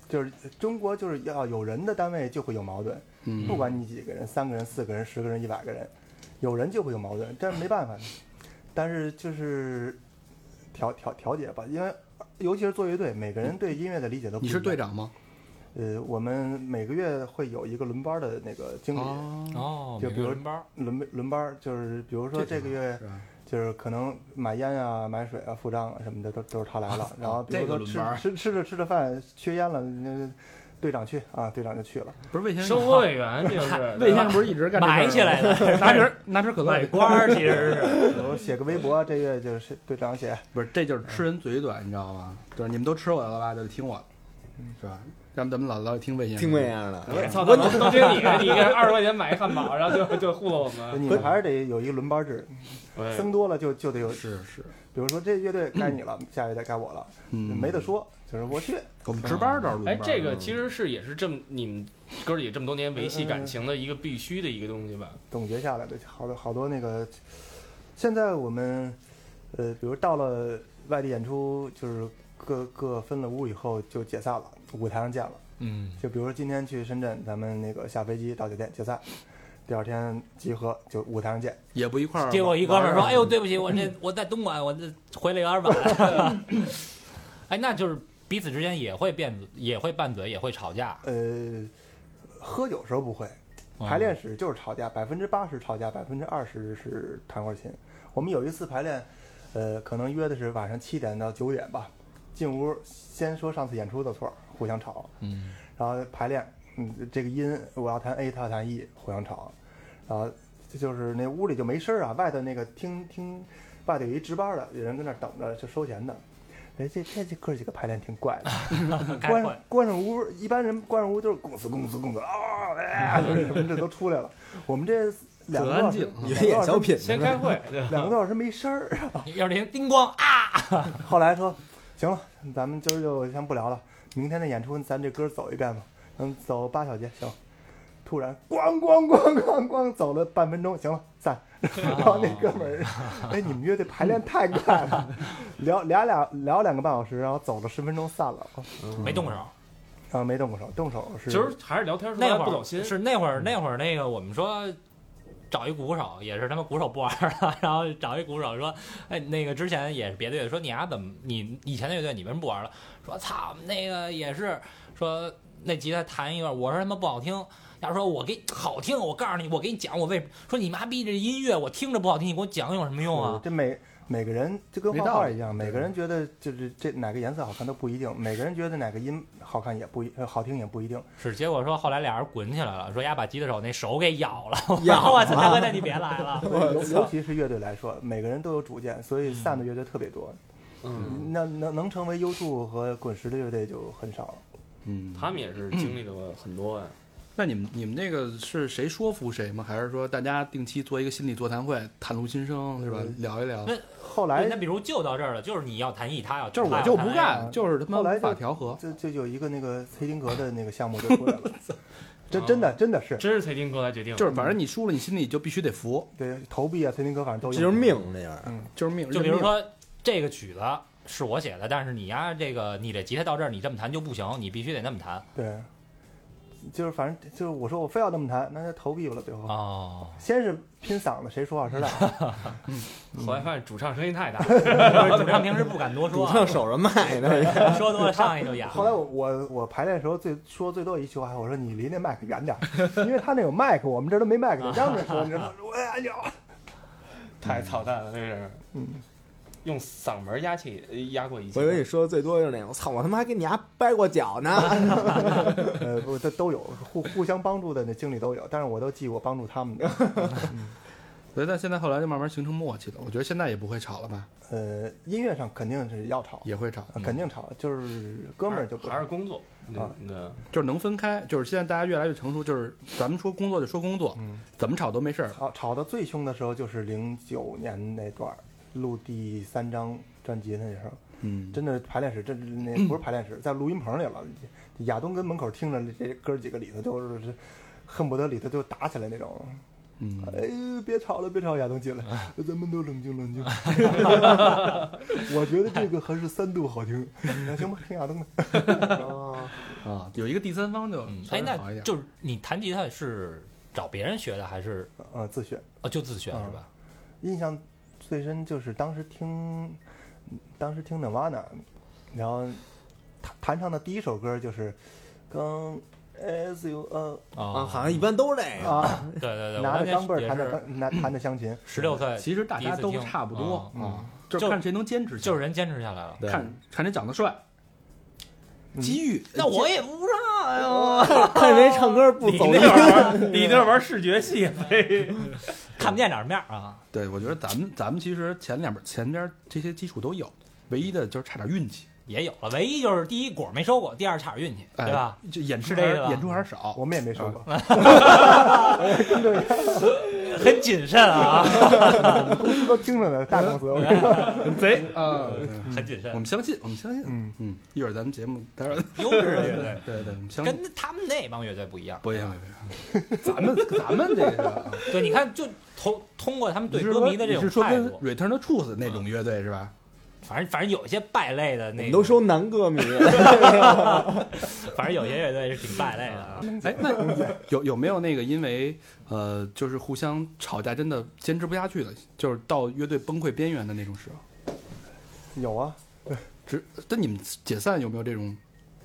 S6: 就是中国就是要有人的单位就会有矛盾，
S3: 嗯
S6: 不管你几个人，三个人、四个人、十个人、一百个人，有人就会有矛盾，这没办法。但是就是调调调节吧，因为尤其是做乐队，每个人对音乐的理解都不
S3: 你
S6: 一
S3: 是
S6: 样
S3: 队。长吗？
S6: 呃，我们每个月会有一个轮班的那个经理，
S3: 哦，
S2: 哦，
S6: 就
S2: 每
S6: 比
S2: 个
S6: 如
S2: 人班儿
S6: 轮轮班就是比如说这个月
S3: 是吧
S6: 就是可能买烟啊、买水啊、付账啊什么的都都是 他来了，然后比
S3: 这
S6: 如
S3: 个
S6: 说
S3: 轮
S6: 吃
S3: 班儿
S6: 吃吃着吃着饭缺烟了，那队长去啊，队长就去了。
S3: 不是魏先生，
S5: 生活委员这是
S3: 魏先生不是一直干这事儿吗
S2: 埋起来的，
S3: 拿瓶儿拿瓶儿可乐
S2: 买官儿，其实是。
S6: 我写个微博，这月就是队长写，
S3: 不是，这就是吃人嘴短，你知道吗？就是你们都吃我的了吧，就得听我的，是吧？要不咱们老老得听魏先生。
S4: 听那样的，
S5: 操，都都听你的，你给二十块钱买一汉堡，然后就就糊弄我们。
S6: 你们还是得有一个轮班制，
S5: 对
S3: 哎
S6: 僧多了就就得有，
S3: 是是，
S6: 比如说这乐队该你了，下乐队该我了，
S3: 嗯，
S6: 没得说，就是我去。
S3: 我们值班倒是轮
S5: 哎
S3: 班，啊
S5: 这个其实是也是这么你们哥儿也这么多年维系感情的一个必须的一个东西吧？
S6: 总结下来的好多好多那个，现在我们呃，比如到了外地演出，就是各各分了屋以后就解散了，舞台上见了。
S2: 嗯，
S6: 就比如说今天去深圳，咱们那个下飞机到酒店解散，第二天集合就舞台上见。
S3: 也不一块儿玩。啊
S2: 结果一哥们儿说：“
S3: 玩
S2: 哎呦，对不起，我这我在东莞，我这回来有点晚。” 哎，那就是彼此之间也会变，也会拌嘴，也会吵架。
S6: 呃，喝酒时候不会，排练室就是吵架，百分之八十吵架，百分之二十是弹会儿琴。我们有一次排练，呃，可能约的是晚上七点到九点吧，进屋先说上次演出的错儿，互相吵，
S2: 嗯，
S6: 然后排练，嗯，这个音我要弹 A，他要弹 E，互相吵，然后这就是那屋里就没声儿啊，外头那个听听，外头有一值班的，有人跟那儿等着就收钱的。哎，这这这哥几个排练挺怪的，
S2: 该
S6: 关
S2: 会
S6: 关上屋，一般人关上屋就是拱死拱死拱死啊，哎，什么这都出来了。我们这两个多小时
S3: 很，
S4: 你
S6: 两
S4: 是
S6: 个
S4: 演
S6: 多
S4: 小
S6: 小时，
S4: 品
S5: 先
S4: 的
S5: 开会，对
S6: 两个多小时没声儿。
S2: 要听叮咣啊！
S6: 后来说，行了，咱们今儿就先不聊了，明天的演出咱这歌走一遍吧，嗯，走八小节行。突然咣咣咣咣咣走了半分钟，行了，散。然后那哥们儿，哎，你们乐队排练太快了，聊聊俩聊两个半小时，然后走了十分钟散了，
S2: 没动手。
S6: 然后没动过手，动手是
S5: 其实还是聊天儿说
S2: 那
S5: 话
S2: 会
S5: 不走
S2: 儿
S5: 心，嗯
S2: 是那会儿那会儿那个我们说找一鼓手，也是他妈鼓手不玩儿了，然后找一鼓手说，哎，那个之前也是别的乐队说你丫、啊怎么你以前的乐队你为什么不玩了？说操那个也是说那吉他弹一段，我说他妈不好听。丫说：“我给好听，我告诉你，我给你讲，我为什么说你妈逼这音乐，我听着不好听，你给我讲有什么用啊？
S6: 这每每个人就跟
S3: 没
S6: 画
S3: 道
S6: 画
S3: 理
S6: 一样，每个人觉得就是这哪个颜色好看都不一定，每个人觉得哪个音好看也不一呃好听也不一定。
S2: 是，结果说后来俩人滚起来了，说丫把吉他手那手给咬了，
S4: 咬了
S2: 我操，大哥，那你别来了。
S6: 尤尤其是乐队来说，每个人都有主见，所以散的乐队特别多。
S5: 嗯，
S6: 那能能成为优助和滚石的乐队就很少了。
S3: 嗯，
S5: 他们也是经历了很多啊呀。
S3: 那你们你们那个是谁说服谁吗？还是说大家定期做一个心理座谈会，袒露心声是吧？
S6: 嗯
S3: 聊一聊
S2: 那，
S6: 后
S2: 对
S6: 来
S2: 那比如就到这儿了，就是你要弹一，他要
S3: 就是
S2: 他
S3: 我
S2: 要
S3: 就
S2: 弹
S3: 不
S2: 一
S3: 干，就是他妈
S6: 后来
S3: 无
S6: 就
S3: 法调和。
S6: 就就有一个那个黑丁格的那个 项目就出来了，这真的真的是
S5: 真是才丁哥来决定的，
S3: 就是反正你输了，你心里就必须得服，
S6: 对投币啊，黑丁格反正都
S4: 这
S6: 有。
S4: 就是命这样。
S3: 就是命。
S2: 就比
S3: 认
S2: 如
S3: 命，
S2: 说这个曲子是我写的，但是你呀、这个你这吉他到这儿，你这么弹就不行，你必须得那么弹。
S6: 对，就是反正就是我说我非要这么弹，那就投币了最后。
S2: 哦，
S6: 先是拼嗓子，谁说话 谁来。
S5: 后来发现主唱声音太大，
S2: 不 是主唱平时不敢多说啊
S4: 主，唱守着麦呢，
S2: 说多了上去就哑
S6: 后
S2: 了。
S6: 来我我我排练的时候最说最多一句话，我说你离那麦克远点儿，因为他那有麦克，我们这儿都没麦克， 得让着说，你知道吗？我哎呦，
S5: 太操蛋了，这是。
S6: 嗯，
S5: 用嗓门压气呃压过一
S4: 我
S5: 切
S4: 以。为你说的最多就是那个，我操，我他妈还给你丫掰过脚呢。
S6: 呃，不，这都有互互相帮助的那经历都有，但是我都记我帮助他们的，
S3: 所以但现在后来就慢慢形成默契了。我觉得现在也不会吵了吧，
S6: 呃，音乐上肯定是要吵，
S3: 也会吵
S2: 嗯
S6: 啊，肯定吵，就是哥们儿就不
S5: 还是工作
S6: 啊
S5: 嗯对，
S3: 就是能分开。就是现在大家越来越成熟，就是咱们说工作就说工作，
S6: 嗯
S3: 怎么吵都没事儿。
S6: 吵吵得最凶的时候就是零九年那段儿录第三张专辑那时候，
S3: 嗯，
S6: 真的排练室，这那不是排练室，在录音棚里了。亚东跟门口听着这哥几个里头都是恨不得里头就打起来那种。
S3: 嗯，
S6: 哎呦，别吵了，别吵！亚东进来，咱们都冷静 冷静。我觉得这个还是三度好听。嗯那行吧，听亚东的。
S3: 啊，有一个第三方就
S2: 嗯
S3: 稍
S2: 哎，
S3: 微好一
S2: 那
S3: 点。
S2: 就是你弹吉他是找别人学的还是
S6: 啊，自学。
S2: 哦就自学
S6: 嗯
S2: 是吧？
S6: 印象最深就是当时听，当时听 Nirvana，然后弹弹唱的第一首歌就是刚 As You Are
S3: 嗯
S4: 啊，
S2: 哦，
S4: 好像一般都是这个。
S6: 啊，
S2: 对对对，我
S6: 拿
S2: 当
S6: 着钢镚儿
S2: 年
S6: 弹
S2: 也
S6: 着
S2: 是
S6: 钢拿弹着钢琴。
S2: 十六岁，
S3: 其实大家都
S2: 第一次听
S3: 差不多
S2: 嗯
S3: 啊，就是
S2: 就
S3: 看谁能坚持下来，
S2: 就是人坚持下来了。
S4: 对
S3: 看看谁长得帅，
S6: 嗯
S3: 机遇。
S2: 那我也不上呀。
S4: 看谁唱歌不
S5: 你
S4: 走
S5: 那玩
S4: 音。
S5: 意儿，你那玩意儿视觉系，嘿
S2: 看不见长什么样啊？
S3: 对，我觉得咱们咱们其实前两边前边这些基础都有，唯一的就是差点运气，
S2: 也有了，唯一就是第一果没收过，第二差点运气，
S3: 哎
S2: 对吧？？
S3: 就演出
S2: 是这
S3: 还
S2: 个吧
S3: 演出还是少，
S6: 我们也没说过，
S2: 很谨慎啊，
S6: 公司都听着呢，大公司。我跟你说
S3: 很贼啊！
S2: 很谨
S3: 我
S2: 慎
S3: 们。相信，我们相信。
S6: 嗯，
S3: 嗯，一会儿咱们节目，待会儿
S2: 优质
S3: 啊
S2: 的乐队
S3: 对对，我们相信。
S2: 跟他们那帮乐队不一样。
S3: 不一样，不一样 咱们咱们这个啊
S2: 对，你看，就通通过他们
S3: 你
S2: 对
S3: 是
S2: 歌
S3: 说
S2: 迷的这
S3: 你
S2: 种
S3: 是说
S2: 态
S3: 跟
S2: 度，
S3: Return the Truth 那种乐队是吧？
S2: 反正反正有一些败类的
S4: 我
S2: 那
S4: 们
S2: 个，
S4: 都收男歌迷，
S2: 反正有些乐队是挺败类的 啊。
S3: 哎，那有有没有那个因为呃，就是互相吵架，真的坚持不下去了，就是到乐队崩溃边缘的那种时候？
S6: 有啊，
S3: 只但你们解散有没有这种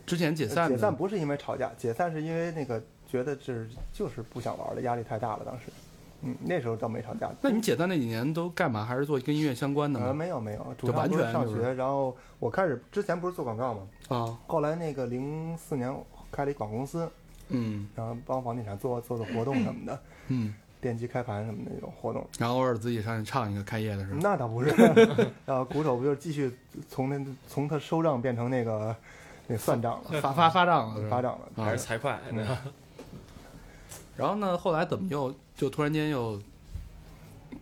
S3: 之前解散的
S6: 解散不是因为吵架，解散是因为那个觉得这就是不想玩了，压力太大了。当时，嗯，那时候倒没吵架。
S3: 那你解散那几年都干嘛？还是做跟音乐相关的
S6: 呃，
S3: 吗？
S6: 没有没有，主
S3: 就
S6: 要
S3: 完
S6: 不是
S3: 全
S6: 上
S3: 就
S6: 学，
S3: 是
S6: 然后我开始之前不是做广告嘛，
S3: 啊，
S6: 后来那个零四年我开了一广告公司，
S3: 嗯
S6: 然后帮房地产做做做活动什么的，
S3: 嗯，
S6: 电机开盘什么的那种活动。
S3: 然后偶尔自己上去唱一个开业的时候，
S6: 那倒 不是，然后鼓手不就是继续从那从他收账变成那个那算账了，
S3: 发发发账了是
S6: 嗯
S3: 吧？
S6: 发账了。
S5: 还
S3: 啊
S5: 是，财会。
S3: 然后呢，后来怎么又就突然间又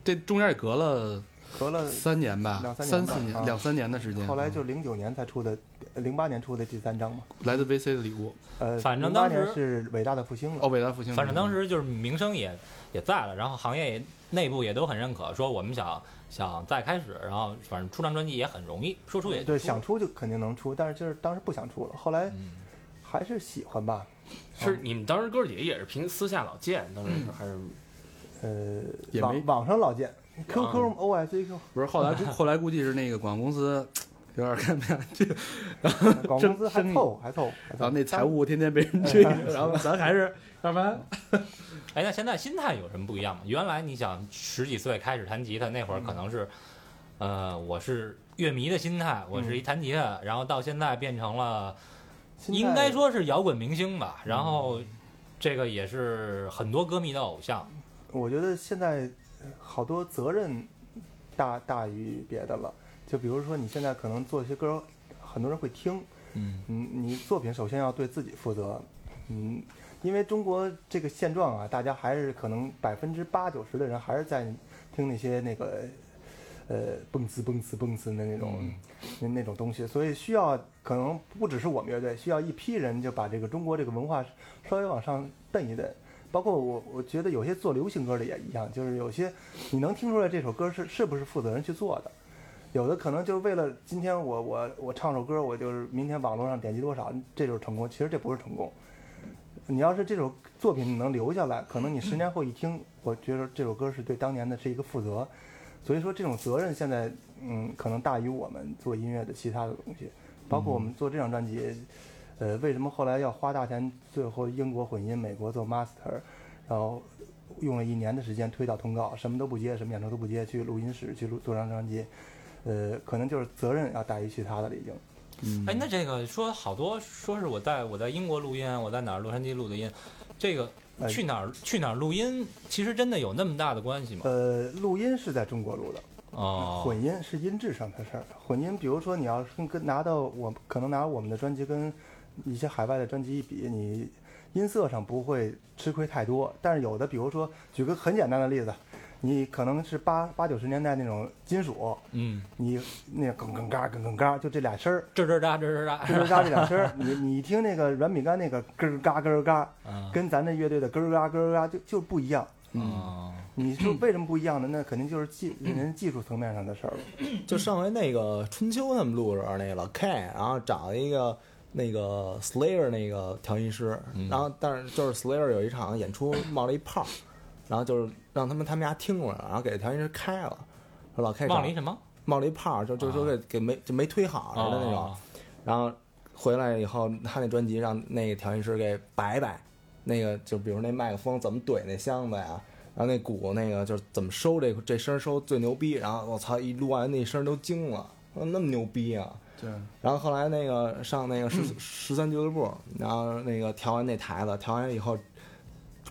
S3: 这中间也隔了
S6: 隔了
S3: 三年吧，
S6: 两三
S3: 三
S6: 年吧
S3: 四年
S6: 啊
S3: 两三年的嗯时间。啊
S6: 后来就零九年才出的，零八年出的第三张嘛。
S3: 来自 VC 的礼物，
S6: 呃，
S2: 反正
S6: 08
S2: 当时
S6: 年是伟大的复兴了。
S3: 哦，伟大复兴。
S2: 反正当时就是名声也也在了，然后行业也内部也都很认可，说我们想想再开始，然后反正出张专辑也很容易，说出也
S6: 对，
S2: 出
S6: 想出就肯定能出，但是就是当时不想出了，后来
S2: 嗯
S6: 还是喜欢吧。
S5: 是你们当时哥儿几个也是平私下老见，当时是还是
S6: 呃
S3: 也，没
S6: 网网上老见
S2: 啊
S6: QQ、OSQ，
S3: 不是后来估后来估计是那个广告公司有点看不下去，
S6: 广告公司还凑还凑，还
S3: 然后
S6: 凑
S3: 那财务天天被人追，
S6: 哎
S3: 然后 咱还是要不然
S2: 哎，那现在心态有什么不一样吗？原来你想十几岁开始弹吉他那会儿，可能是，呃，我是乐迷的心态，我是一弹吉他，然后到现在变成了
S6: 现在
S2: 应该说是摇滚明星吧，然后这个也是很多歌迷的偶像。
S6: 我觉得现在呃好多责任大大于别的了。就比如说你现在可能做一些歌，很多人会听，
S4: 嗯，
S6: 嗯，你作品首先要对自己负责，嗯，因为中国这个现状啊，大家还是可能百分之八九十的人还是在听那些那个，呃，蹦次蹦次蹦次的那种、那那种东西，所以需要可能不只是我们乐队，需要一批人就把这个中国这个文化稍微往上蹬一蹬。包括我，我觉得有些做流行歌的也一样，就是有些你能听出来这首歌是是不是负责人去做的，有的可能就是为了今天我我我唱首歌，我就是明天网络上点击多少，这就是成功。其实这不是成功。你要是这首作品你能留下来，可能你十年后一听，我觉得这首歌是对当年的是一个负责。所以说这种责任现在，嗯，可能大于我们做音乐的其他的东西，包括我们做这张专辑，呃，为什么后来要花大钱，最后英国混音，美国做 master，然后用了一年的时间推到通告，什么都不接，什么演出都不接，去录音室去录做张专辑，呃，可能就是责任要大于其他的了已经。
S2: 哎，那这个说好多说是我在我在英国录音，我在哪儿洛杉矶录的音，这个
S6: 哎
S2: 去哪儿去哪儿录音，其实真的有那么大的关系吗？
S6: 呃，录音是在中国录的，
S2: 哦，
S6: 混音是音质上的事儿。混音，比如说你要是跟跟拿到我可能拿我们的专辑跟一些海外的专辑一比，你音色上不会吃亏太多。但是有的，比如说举个很简单的例子，你可能是八八九十年代那种金属，
S2: 嗯，
S6: 你那梗梗嘎梗梗嘎，就这俩声儿，
S2: 这这哒这这哒，
S6: 咯咯嘎这俩声儿，你你一听那个软饼干那个咯咯嘎咯咯嘎，
S2: 啊
S6: 跟咱这乐队的咯咯嘎咯咯嘎就就不一样。
S2: 嗯，
S6: 你说为什么不一样呢？那肯定就是技人技术层面上的事儿了。
S4: 就上回那个春秋他们录的时候，那个老 K，然后找了一个那个 Slayer 那个调音师，
S2: 嗯
S4: 然后但是就是 Slayer 有一场演出冒了一泡，然后就是让他们他们家听过了，然后给调音师开了，说老 K 找
S2: 忘了一什啊么？
S4: 冒了一泡，就就就给给没就没推好似的那种
S2: 哦，
S4: 然后回来以后，他那专辑让那个调音师给摆摆，那个就比如那麦克风怎么怼那箱子呀，然后那鼓那个就是怎么收这这声收最牛逼，然后我操一录完那声都惊了，我说那么牛逼啊！
S3: 对嗯
S4: 然后后来那个上那个十十三俱乐部，然后那个调完那台子，调完以后，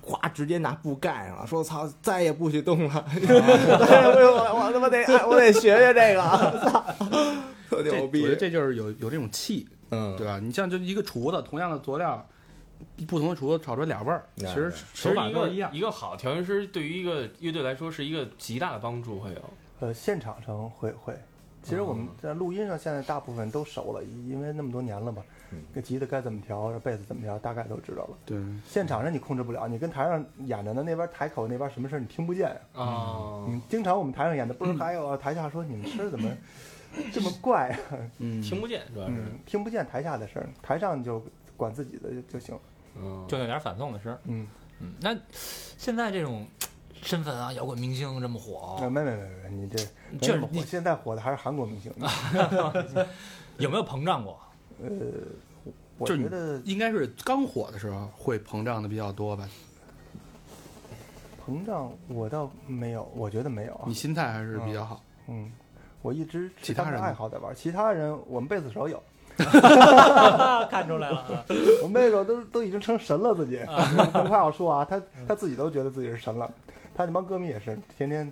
S4: 哗，直接拿布盖上了，说操，再也不许 动了，再也不许我我他妈得哎我得学学这个，操， 特
S3: 这我
S4: 牛
S3: 觉得
S4: 逼，
S3: 这就是有有这种气，
S4: 嗯
S3: 对，吧？你像就一个厨子，同样的佐料，不同的厨子炒出俩味儿，其
S4: 对
S2: 哎
S3: 实
S4: 对
S5: 其
S3: 手
S5: 实
S3: 法
S5: 一
S3: 都
S5: 个
S3: 是一样。
S5: 一个好调音师对于一个乐队来说是一个极大的帮助，会有。
S6: 呃，现场上会会。其实我们在录音上现在大部分都熟了，因因为那么多年了嘛，这吉他该怎么调，贝斯怎么调，大概都知道了。
S3: 对，
S6: 现场上你控制不了，你跟台上演着呢，那边台口那边什么事儿你听不见呀、
S5: 啊，
S6: 嗯，经常我们台上演的不是还有啊台下说你们声儿怎么这么怪、啊？
S3: 嗯，
S5: 听不见主要是，
S6: 嗯，听不见台下的声儿，台上就管自己的就就行。
S5: 嗯，
S2: 就那点反送的声儿。
S6: 嗯，
S2: 嗯，那现在这种身份啊，摇滚明星这么
S6: 啊，
S2: 火，
S6: 没没没没，你这没
S2: 就是
S6: 那么火
S2: 你
S6: 现在火的还是韩国明星。
S2: 有没有膨胀过？
S6: 呃，我
S3: 就是
S6: 觉
S3: 你
S6: 得
S3: 应该是刚火的时候会膨胀的比较多吧？
S6: 膨胀我倒没有，我觉得没有啊
S3: 你。心态还是比较好。
S6: 嗯，我一直
S3: 其
S6: 是
S3: 他
S6: 当
S3: 人
S6: 成
S3: 呢
S6: 爱好在玩，其他人我们贝斯手有，
S2: 看出来了，
S6: 我们贝斯手都都已经成神了自己。不怕我说啊，他
S2: 嗯
S6: 他自己都觉得自己是神了，他那帮歌迷也是天天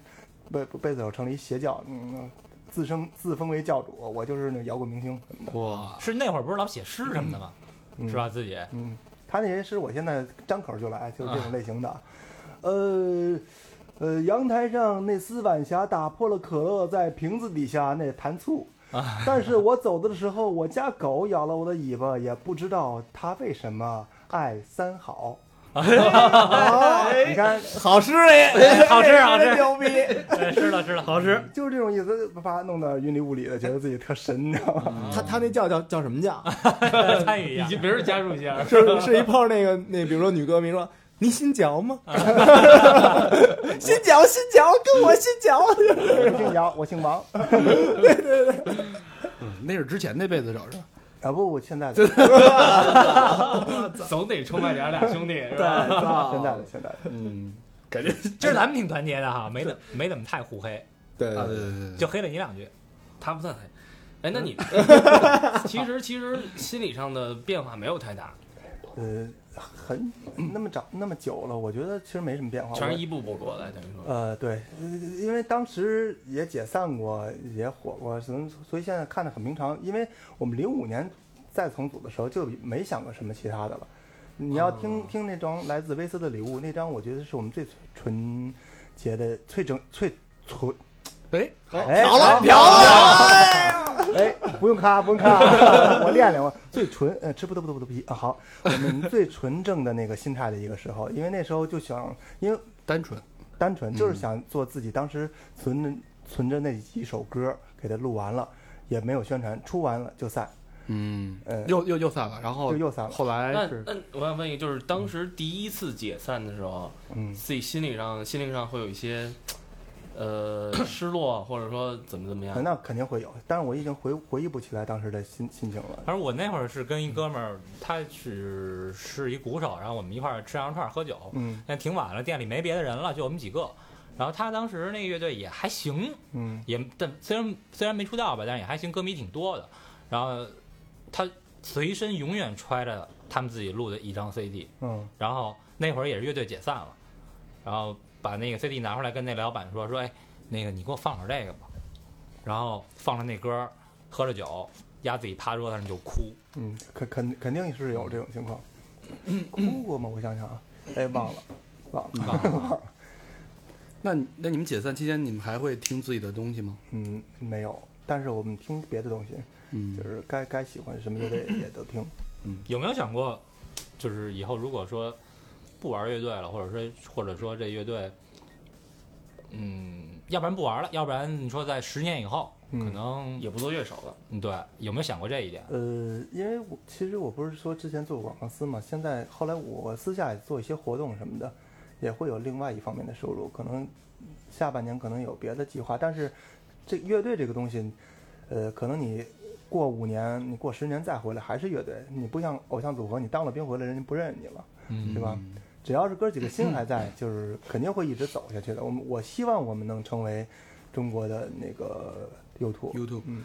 S6: 贝贝斯手成了一邪教，嗯，自称自封为教主，我就是那摇滚明星什么的。
S3: 哇，
S2: 啊是那会儿不是老写诗什么的吗？
S6: 嗯
S2: 是吧？自己
S5: 啊
S6: 嗯，他那些诗我现在张口就来，就是这种类型的。呃，呃，阳台上那丝晚霞打破了可乐在瓶子底下那弹醋，
S5: 啊
S6: 但是我走的时候，我家狗咬了我的尾巴，也不知道它为什么爱三好。
S5: 哎
S6: 好，你看，
S4: 好诗也
S2: 好吃好吃，
S6: 嗯 牛逼，
S2: 哎吃了吃了，好吃。
S6: 就是这种意思，把弄得云里雾里的，觉得自己特神，你知 道吗？
S4: 他他那叫叫叫什么叫？
S2: 参嗯与一
S5: 已
S2: 下，
S5: 经别人加入一 下，
S4: 是是一泡那个那，比如说女歌迷说。你信教吗？
S5: 啊
S4: 信教信教，跟我信教。
S6: 我姓姚，我姓王
S3: 那是之前那辈子找着。
S6: 啊，不，我现在的，现
S5: 总得出卖俩俩兄弟 是吧？
S4: 对，操
S6: 在
S5: 啊
S6: 的，现在的，
S3: 嗯，感觉
S2: 今儿咱们挺团结的哈，没怎没怎么太互黑，
S4: 对
S3: 啊，
S4: 对
S3: 对
S4: 对，
S3: 对对对，
S2: 就黑了你两句。
S5: 他不算黑。哎，那你其实其实心理上的变化没有太大，
S6: 呃，很那么长那么久了，我觉得其实没什么变化，
S5: 全是
S6: 我
S5: 一步步过来，等于说。
S6: 呃，对，呃因为当时也解散过，也火过，所以所以现在看的很平常。因为我们零五年再重组的时候就没想过什么其他的了。你要听、听那张来自威斯的礼物那张，我觉得是我们最纯洁的、最整、最纯。
S3: 哎，
S6: 哎，
S4: 嫖了
S6: 好
S4: 嫖了，
S6: 哎，不用咔，不用咔，我练练我最纯，呃，吃不得不得不得皮啊。好，我们最纯正的那个心态的一个时候，因为那时候就想，因为
S3: 单纯，
S6: 单纯就是想做自己当时存着存着那几首歌，给它录完了，也没有宣传，出完了就散，
S3: 嗯，
S6: 呃，
S3: 又又又散了，然后
S6: 就又散了
S3: 后
S5: 那
S3: 来哎是
S5: 那我想问一个，就是当时第一次解散的时候，
S6: 嗯，
S5: 自己心理上心灵上会有一些呃失落，或者说怎么怎么样？
S6: 嗯那肯定会有，但是我已经回回忆不起来当时的心心情了。
S2: 反正我那会儿是跟一哥们儿，他是是一鼓手，然后我们一块儿吃羊肉串儿喝酒，
S6: 嗯
S2: 但挺晚了，店里没别的人了，就我们几个。然后他当时那个乐队也还行，
S6: 嗯
S2: 也但虽然虽然没出道吧，但是也还行，歌迷挺多的。然后他随身永远揣着他们自己录的一张 CD，
S6: 嗯
S2: 然后那会儿也是乐队解散了，然后把那个 CD 拿出来跟那老板说说，哎，那个你给我放会儿这个吧。然后放了那歌，喝着酒，压自己趴桌子上就哭。
S6: 嗯，肯肯肯定是有这种情 况。哭过吗？我想想啊，哎，忘了，忘了。
S3: 那你那你们解散期间，你们还会听自己的东西吗？
S6: 嗯，没有，但是我们听别的东西，
S3: 嗯
S6: 就是该该喜欢什么乐队也都听。
S2: 有没有想过，就是以后如果说不玩乐队了，或者说或者说这乐队，嗯，要不然不玩了，要不然你说在十年以后，
S6: 嗯
S2: 可能
S5: 也不做乐手了，
S2: 嗯对，有没有想过这一点？
S6: 呃，因为我其实我不是说之前做过广告司嘛，现在后来我私下也做一些活动什么的，也会有另外一方面的收入，可能下半年可能有别的计划，但是这乐队这个东西，呃，可能你过五年，你过十年再回来还是乐队，你不像偶像组合，你当了兵回来人家不认你了，
S3: 嗯
S6: 对吧？只要是哥几个心还在，就是肯定会一直走下去的。我们我希望我们能成为中国的那个 YouTube，
S3: ，YouTube，
S6: 嗯，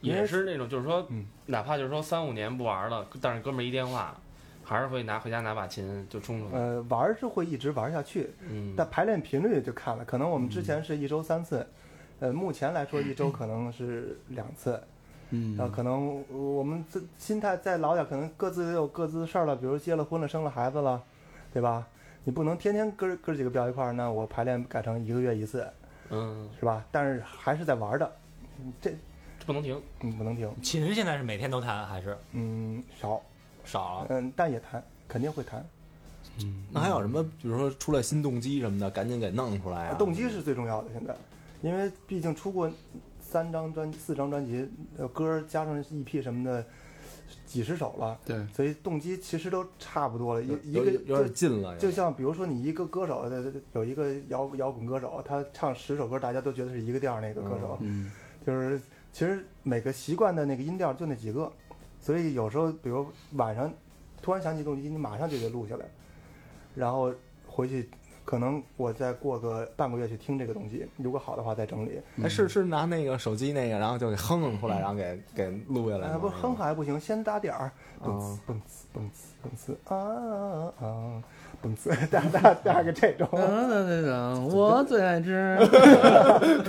S5: 也是那种就是说，
S6: 嗯
S5: 哪怕就是说三五年不玩了，但是哥们儿一电话，还是会拿回家拿把琴就冲出来。
S6: 呃，玩儿是会一直玩儿下去，
S5: 嗯，
S6: 但排练频率就看了，可能我们之前是一周三次，呃，目前来说一周可能是两次，然后
S3: 嗯，
S6: 可能呃我们这心态再老点儿，可能各自也有各自的事儿了，比如结了婚了，生了孩子了，对吧？你不能天天哥哥几个飙一块儿，那我排练改成一个月一次，
S5: 嗯，
S6: 是吧？但是还是在玩儿的，嗯这
S5: 这不能停。
S6: 嗯不能停，
S2: 琴现在是每天都弹还是
S6: 嗯，少，
S2: 少了？
S6: 嗯，但也弹，肯定会弹，
S4: 那还有什么？比如说出来新动机什么的，赶紧给弄出来啊！
S6: 动机是最重要的，现在，因为毕竟出过三张专四张专辑，呃，歌儿加上 EP 什么的，几十首了，
S3: 对，
S6: 所以动机其实都差不多了。一一
S4: 有
S6: 个
S4: 有有点
S6: 就
S4: 近了，
S6: 就像比如说你一个歌手，呃有一个摇摇滚歌手，他唱十首歌，大家都觉得是一个调儿那个歌手，
S3: 嗯，
S6: 就是其实每个习惯的那个音调就那几个，所以有时候比如晚上突然想起动机，你马上就得录下来，然后回去可能我再过个半个月去听这个东西，如果好的话再整理。
S4: 哎，是是拿那个手机那个，然后就给哼哼出来，然后给给录下来
S6: 嗯哎，
S4: 吗。
S6: 不哼还不行，先打点儿，
S3: 哦
S4: 啊
S6: 蹦呲蹦呲蹦呲蹦呲啊啊啊，蹦呲， 大大大概这种。
S3: 我最爱 吃。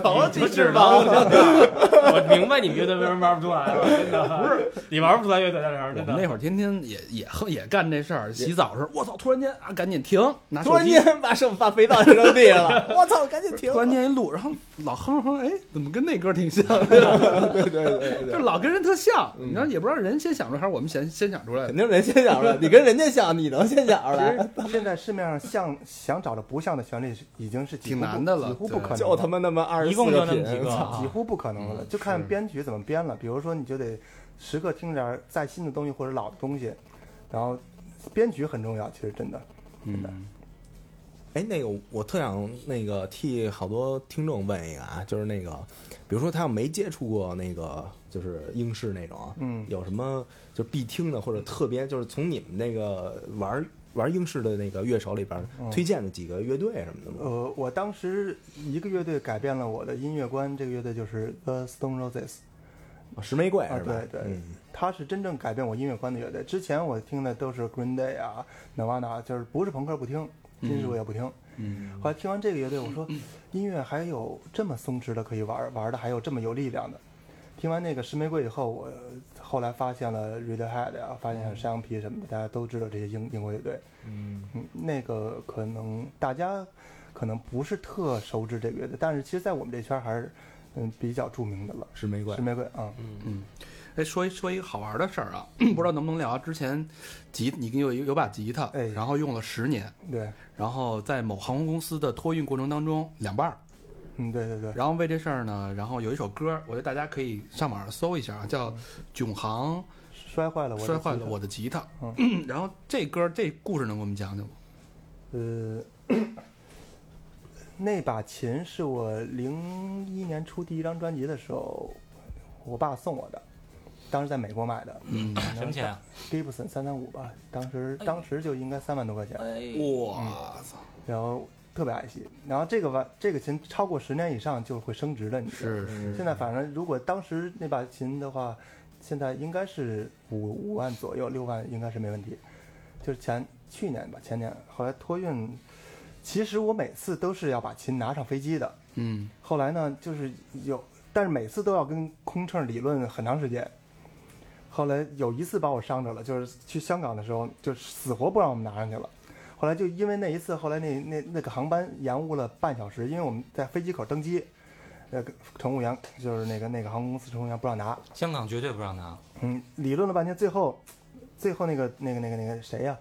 S5: 我不是吧？ 我明白你们乐队为什么玩不出来了，真的不是你玩不出来乐队在这儿，
S3: 我
S5: 真
S3: 们那
S5: 的。
S3: 会儿天天也也喝也干这事儿，洗澡的时候，我操！突然间啊，赶紧停，拿
S4: 突
S3: 手
S4: 然
S3: 机，
S4: 间把手就把肥皂就扔地上了，我操，赶紧停！
S3: 关键一录，然后老哼哼，哎，怎么跟那歌挺像？
S4: 对对对
S3: 就
S4: 对，
S3: 老跟人特像，
S6: 嗯
S3: 你知道也不知道人先想出来还是我们先先想出来的
S4: 肯。定人先想出来，你跟人家想，你能先想出来，
S6: 其实现在市面上像想找着不像的旋律是已经是几
S3: 挺
S6: 乎不
S3: 难的了
S6: 几乎不
S3: 对
S6: 可能了，
S4: 就他妈那么二十
S2: 一
S4: 四
S2: 共就
S4: 个
S2: 那么几
S4: 品，
S2: 个
S4: 操
S2: 啊
S6: 几。乎不可能
S3: 嗯
S6: 了，就看编曲怎么编了。比如说，你就得时刻听点儿再新的东西或者老的东西，然后编曲很重要，其实真的。
S3: 嗯，
S4: 哎，那个我特想那个替好多听众问一个啊，就是那个，比如说他要没接触过那个就是英式那种，啊
S6: 嗯
S4: 有什么就必听的或者特别，就是从你们那个玩玩英式的那个乐手里边
S2: 嗯
S4: 推荐的几个乐队什么的
S2: 哦
S4: 吗？
S6: 呃，我当时一个乐队改变了我的音乐观，这个乐队就是 The Stone Roses，
S4: 哦石玫瑰
S6: 啊
S4: 是吧？
S6: 对对
S4: 嗯
S6: 它是真正改变我音乐观的乐队。之前我听的都是 Green Day 啊、Nirvana，就是不是朋克不听，金属也不听。嗯。后来听完这个乐队，我说音乐还有这么松弛的可以玩，玩的还有这么有力量的。听完那个石玫瑰以后，我后来发现了 Radiohead 呀、发现了山羊皮什么的，大家都知道这些英英国乐队。嗯，那个可能大家可能不是特熟知这个乐队，但是其实，在我们这圈还是嗯比较著名的了。
S4: 石玫瑰
S6: 石玫瑰啊，
S2: 嗯
S3: 哎，说一说一个好玩的事 儿啊，不知道能不能聊啊。之前吉你有有把吉他
S6: 哎，
S3: 然后用了十年，
S6: 对，
S3: 然后在某航空公司的托运过程当中两半儿。
S6: 嗯，对对对。
S3: 然后为这事儿呢，然后有一首歌，我觉得大家可以上网上搜一下啊，叫《囧航
S6: 摔坏了嗯我的
S3: 摔坏了
S6: 吉他嗯
S3: 我的吉他》。然后这歌这故事能给我们讲讲吗？
S6: 呃， 那把琴是我零一年出第一张专辑的时候，我爸送我的，当时在美国买的。嗯，
S2: 什么钱啊
S6: ？Gibson 三三五吧，当时当时就应该三万多块钱，
S3: 哇操！
S6: 然后特别爱惜。然后这个玩这个琴超过十年以上就会升值的，你知道吗
S3: 是是，嗯
S6: 现在反正如果当时那把琴的话，现在应该是五五万左右，六万应该是没问题。就是前去年吧，前年后来托运，其实我每次都是要把琴拿上飞机的。
S3: 嗯，
S6: 后来呢，就是有，但是每次都要跟空乘理论很长时间。后来有一次把我伤着了，就是去香港的时候，就是死活不让我们拿上去了。后来就因为那一次，后来那那那个航班延误了半小时，因为我们在飞机口登机，那个乘务员就是那个那个航空公司乘务员不让拿，
S2: 香港绝对不让啊拿。
S6: 嗯，理论了半天，最后，最后那个那个那个那个谁呀、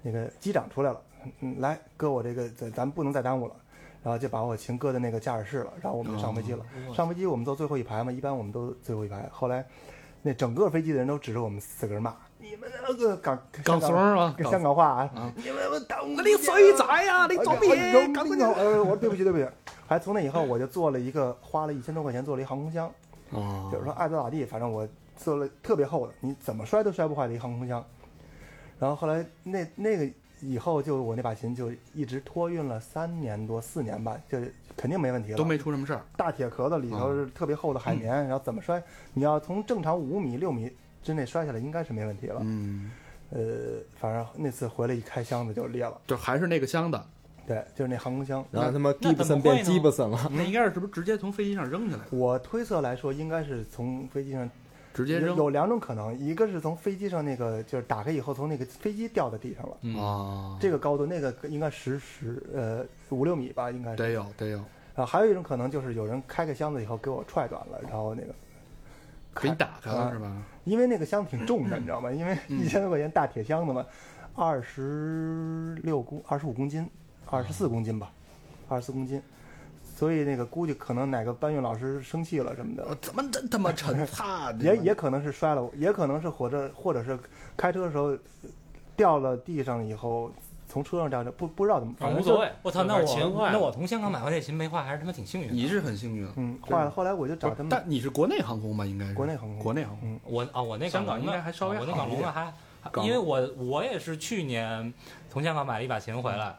S6: 那个机长出来了，嗯，来哥，我这个咱咱不能再耽误了，然后就把我琴搁在那个驾驶室了，然后我们就上飞机了。上飞机我们坐最后一排嘛，一般我们都最后一排。后来，那整个飞机的人都指着我们四个人骂：“你们那个港
S3: 港怂儿啊
S6: 香港
S3: 港
S6: 香港话啊
S3: 啊，
S6: 你们耽误
S3: 你嘴咋呀？你
S6: 哎
S3: 作
S6: 哎哎
S3: 弊！
S6: 赶紧走！呃，我对不起，对不起。还从那以后，我就做了一个花了一千多块钱做了一航空箱，
S3: 哦
S6: 就是说爱咋咋地，反正我做了特别厚的，你怎么摔都摔不坏的一航空箱。然后后来那那个以后就我那把琴就一直托运了三年多四年吧，就肯定没问题了。
S3: 都没嗯出什么事儿。
S6: 大铁壳子里头是特别厚的海绵，然后怎么摔，你要从正常五米六米之内摔下来，应该是没问题了。
S3: 嗯，
S6: 呃，反正那次回来一开箱子就裂了，
S3: 就还是那个箱 子，
S6: 对，就是那航空箱。
S4: 然后他妈
S2: 那怎么
S4: Gibson
S2: 会
S4: 变
S2: 呢
S4: Gibson 了，
S3: 那应该是是不是直接从飞机上扔下来的？
S6: 我推测来说，应该是从飞机上
S3: 直接
S6: 有
S3: 扔
S6: 有两种可能，一个是从飞机上那个就是打开以后从那个飞机掉在地上了，
S3: 啊？
S6: 这个高度那个应该十十呃五六米吧，应该是。
S3: 得有得有，
S6: 然后还有一种可能就是有人开个箱子以后给我踹断了，然后那个
S3: 给你打开了
S6: 啊
S3: 是吧？
S6: 因为那个箱子挺重的，你知道吗？因为
S3: 嗯
S6: 一千多块钱大铁箱子嘛，二十六公二十五公斤，二十四公斤吧，二十四公斤，所以那个估计可能哪个搬运老师生气了什么的，
S3: 我呃怎么真他妈沉？操！
S6: 也也可能是摔了，也可能是火车或者是开车的时候掉了地上以后，从车上掉下，不不知道怎么，
S5: 反
S6: 反
S5: 正
S6: 正
S5: 啊无
S6: 就
S5: 所谓。
S2: 我操，那
S5: 反正钱
S2: 我
S5: 坏
S2: 那
S5: 了
S2: 我从香港买回来琴没坏，还是他妈挺幸运的。
S3: 你是很幸运，
S6: 嗯坏了。后来我就找他们，
S3: 但你是国内航空吧？应该是
S6: 国内航空
S3: 国内航空。
S6: 嗯
S2: 我啊，我那
S3: 香
S2: 港
S3: 港
S2: 龙的
S3: 应
S2: 哦
S3: 该还稍微
S2: 我那
S3: 好
S2: 港
S3: 一
S2: 龙的
S3: 点
S2: 还，
S3: 港
S2: 因为我我也是去年从香港买了一把琴回来，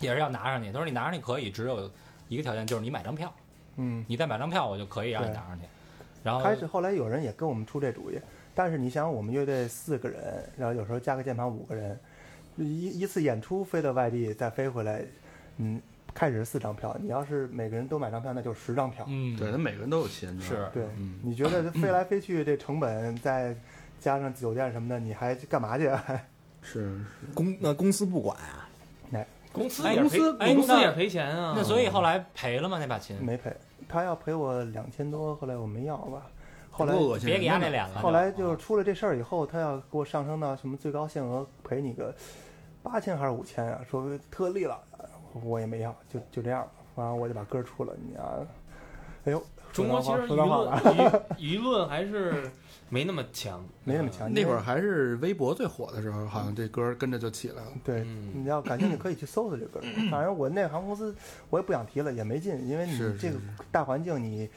S2: 也是要拿上去。他说你拿上去可以，只有一个条件就是你买张票，
S6: 嗯，
S2: 你再买张票我就可以让你
S6: 对
S2: 拿上去。然后
S6: 开始后来有人也跟我们出这主意，但是你想我们乐队四个人，然后有时候加个键盘五个人，一一次演出飞到外地再飞回来，嗯，开始是四张票，你要是每个人都买张票，那就是十张票，
S2: 嗯，
S3: 对，他每个人都有钱，
S2: 是
S6: 对
S3: 嗯，
S6: 你觉得飞来飞去这成本再加啊上酒店什么的，你还干嘛去？
S3: 是
S4: 公那公司不管啊，
S6: 哎，
S5: 公司
S2: 哎
S5: 也
S2: 公
S5: 赔
S2: 司，
S5: 哎
S2: 公
S5: 公
S2: 司
S5: 司
S2: 那
S5: 也赔钱啊。嗯
S2: 那所以后来赔了吗？那把琴？
S6: 没赔，他要赔我两千多，后来我没要吧。后来
S3: 多恶心
S2: 别
S3: 人
S2: 给
S3: 的
S2: 压
S3: 呢！
S2: 那脸了。
S6: 后来
S3: 啊
S6: 就是出了这事儿以后，他要给我上升到什么最高限额赔你个八千还是五千啊？说特例了，我也没要，就就这样吧。完了我就把歌出了，你啊，哎呦，
S5: 中国其实
S6: 说
S5: 舆
S6: 脏话
S5: 论
S6: 了，
S5: 舆舆论还是没那么强，
S6: 没那么强。
S3: 那会儿
S6: 因为
S3: 还是微博最火的时候，好像这歌跟着就起来了。
S6: 对，
S5: 嗯
S6: 你要感兴趣可以去搜搜 这歌。反正我那航空公司我也不想提了，也没劲，因为你
S3: 是是
S6: 这个
S3: 是
S6: 大环境你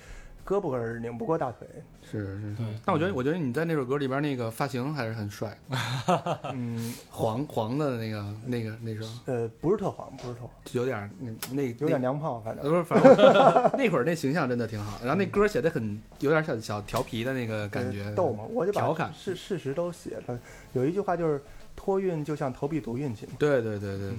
S6: 胳膊儿拧不过大腿。
S3: 是是
S5: 对
S3: 但我觉得，我觉得你在那首歌里边那个发型还是很帅，啊
S6: 嗯，
S3: 黄黄的那个那个那时候
S6: 呃，不是特黄，不是特黄，
S3: 有点儿那那
S6: 有点
S3: 那
S6: 娘炮，反
S3: 呃
S6: 正。
S3: 不是，反正 我那会儿那形象真的挺好，然后那歌写的很有点小小调皮的那个感觉，
S6: 嗯逗嘛，我就
S3: 调
S6: 把
S3: 侃
S6: 事事实都写了。有一句话就是“托运就像投币赌运气”嘛。
S3: 对对对对对，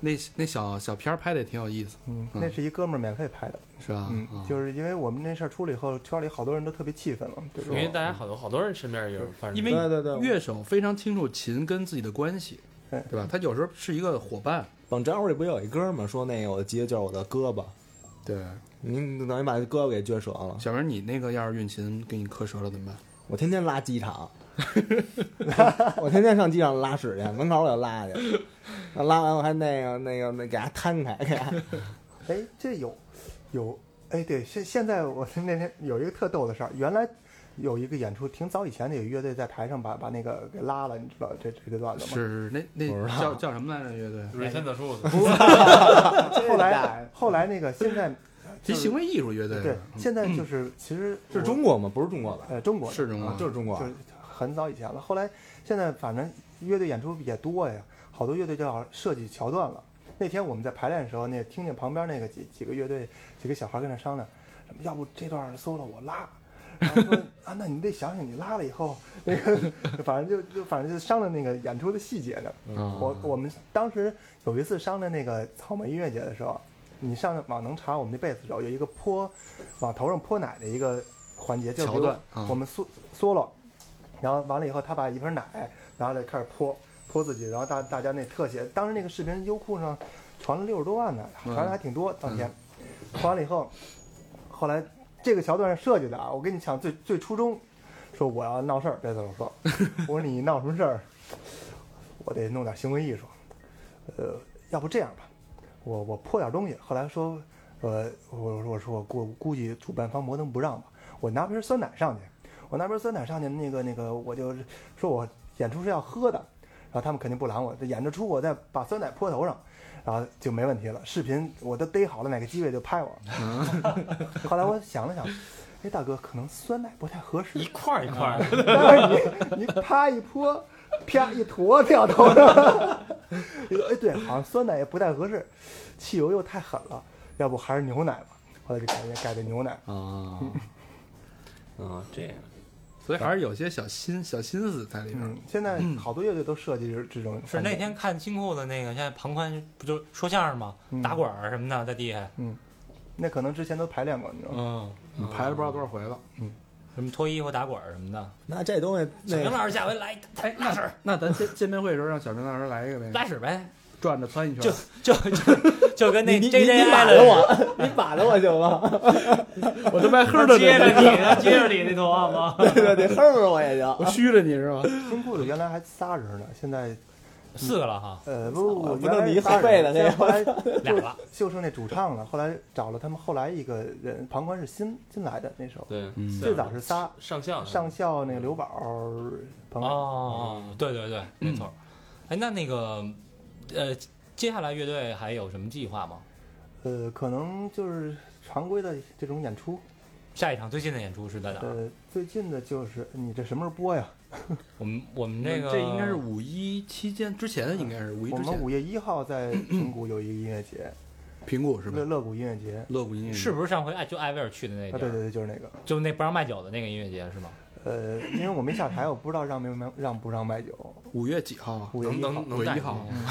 S3: 那那小小片儿拍的也挺有意思，
S6: 嗯，
S3: 嗯
S6: 那是一哥们儿免费拍的。
S3: 是吧？
S6: 嗯，
S3: 啊
S6: 就是因为我们那事儿出了以后，圈里好多人都特别气愤嘛，就
S5: 因为
S6: 是
S5: 大家好多好多人身边也有发生，
S3: 因为
S4: 对对对
S3: 乐手非常清楚琴跟自己的关系，
S6: 对
S3: 对吧？他有时候是一个伙伴，
S4: 网站里不有一哥们儿说那个我的结就是我的胳膊，
S3: 对。
S4: 您等于把胳膊给撅折了。
S3: 小明，你那个要是运琴给你磕折了怎么办？
S4: 我天天拉机场，我天天上机场拉屎去，门口我就拉去，拉完我还那个那个那给它摊开，给它
S6: 哎，这有有哎，对，现现在我那天有一个特逗的事儿，原来有一个演出，挺早以前的有乐队在台上把把那个给拉了，你知道这这个段子吗？
S3: 是那那叫叫什么来着？乐队
S5: Return the Truth，
S6: 后来后来那个现在
S3: 其实行为艺术乐队
S6: 对，
S3: 嗯
S6: 现在就是其实
S4: 是
S6: 我
S4: 中国吗？不是中国吧？
S6: 呃中国的
S3: 是中国
S4: 啊，就是中国
S6: 就是很早以前了。后来现在反正乐队演出也多呀，好多乐队就要设计桥段了。那天我们在排练的时候，那听见旁边那个几几个乐队几个小孩跟那商量，什么要不这段 solo 我拉。然后说 啊，那你得想想，你拉了以后，那个反正就就反正就商量那个演出的细节呢。
S3: 啊
S6: 我我们当时有一次商量那个草莓音乐节的时候，你上网能查我们那贝斯手有一个泼往头上泼奶的一个环节，就是比
S3: 桥
S6: 如
S3: 段啊
S6: 我们缩缩了，然后完了以后他把一瓶奶，然后再开始泼泼自己，然后大大家那特写，当时那个视频优酷上传了六十多万呢，传的还挺多，当天传完了以后，后来这个桥段是设计的啊，我跟你讲最最初衷，说我要闹事儿，这次我说，我说你闹什么事儿？我得弄点行为艺术，呃，要不这样吧，我我泼点东西。后来说，呃，我我说我估估计主办方摩登不让吧，我拿瓶酸奶上去，我拿瓶酸奶上去，那个那个我就说我演出是要喝的，然后他们肯定不拦我，这演着出我再把酸奶泼头上。然后就没问题了，视频我都逮好了，哪个机位就拍我。 后来我想了想，哎，大哥，可能酸奶不太合适
S5: 一，块儿一块儿的，
S6: 但是你你啪一泼，啪一坨掉头上，你说哎对，好像酸奶也不太合适，汽油又太狠了，要不还是牛奶吧。后来就改改的牛奶，
S3: 啊，
S5: 嗯，这样。
S3: 所以还是有些小心小心思在里边儿
S6: 嗯。，现在好多乐队都设计这这种。
S2: 是那，天看金库的那个，现在庞宽不就说相声吗？
S6: 嗯
S2: 打滚儿什么的，在地下，
S6: 嗯，那可能之前都排练过，你知道吗？
S2: 嗯，
S3: 嗯排了不知道多少回了。
S2: 什么脱衣服、打滚儿什么的。
S4: 那这东西
S2: 小明
S4: 那
S2: 老师下回来来拉屎，
S3: 那咱见见面会的时候让小明老师来一个呗，
S2: 拉屎呗，
S3: 转着窜一圈。
S2: 就就就就跟那
S4: 你
S2: J
S4: 你你
S2: J I
S4: 你把着
S2: 了，
S4: 我，你把着我行 吗？
S3: 我都卖哼的
S2: 接着
S3: 你，
S2: 你，他接着你那
S5: 啊
S2: 头好吗？
S4: 对对对，哼着我也行。
S3: 我虚着你是吧？
S6: 金库里原来还仨人呢，现在
S2: 四个了哈，
S6: 呃不不，
S4: 不
S6: 原来
S4: 弄你一
S6: 仨
S4: 后背了
S6: 人现在
S4: 这
S6: 后来
S2: 俩了，
S6: 就剩那主唱了，后来找了他们后来一个人，庞宽是新新来的那时候，
S5: 对，
S3: 嗯
S6: 最早是仨，
S5: 上校
S6: 上校那个刘宝儿，彭
S2: 哦哦，对对对，没错。哎，那那个呃，接下来乐队还有什么计划吗？
S6: 呃，可能就是常规的这种演出。
S2: 下一场最近的演出是在哪儿？
S6: 呃，最近的就是你这什么时候播呀？
S2: 我们我们这个
S3: 嗯这应该是五一期间之前，应该是五一
S6: 我
S3: 之
S6: 们
S3: 前
S6: 五月一号在平谷有一个音乐节，
S3: 评估是吧
S6: 乐？乐谷音乐节。啊，
S3: 乐谷音乐
S2: 是不是上回哎艾就艾薇儿去的那地
S6: 对
S2: 儿？
S6: 对对，就是那个。
S2: 就那不让卖酒的那个音乐节是吗？
S6: 呃，因为我没下台，我不知道让没让让不让卖酒。
S3: 五月几号啊？
S6: 五月
S5: 能
S6: 一号
S5: 能，
S3: 五
S5: 能
S3: 月
S5: 带
S3: 一号
S5: 进去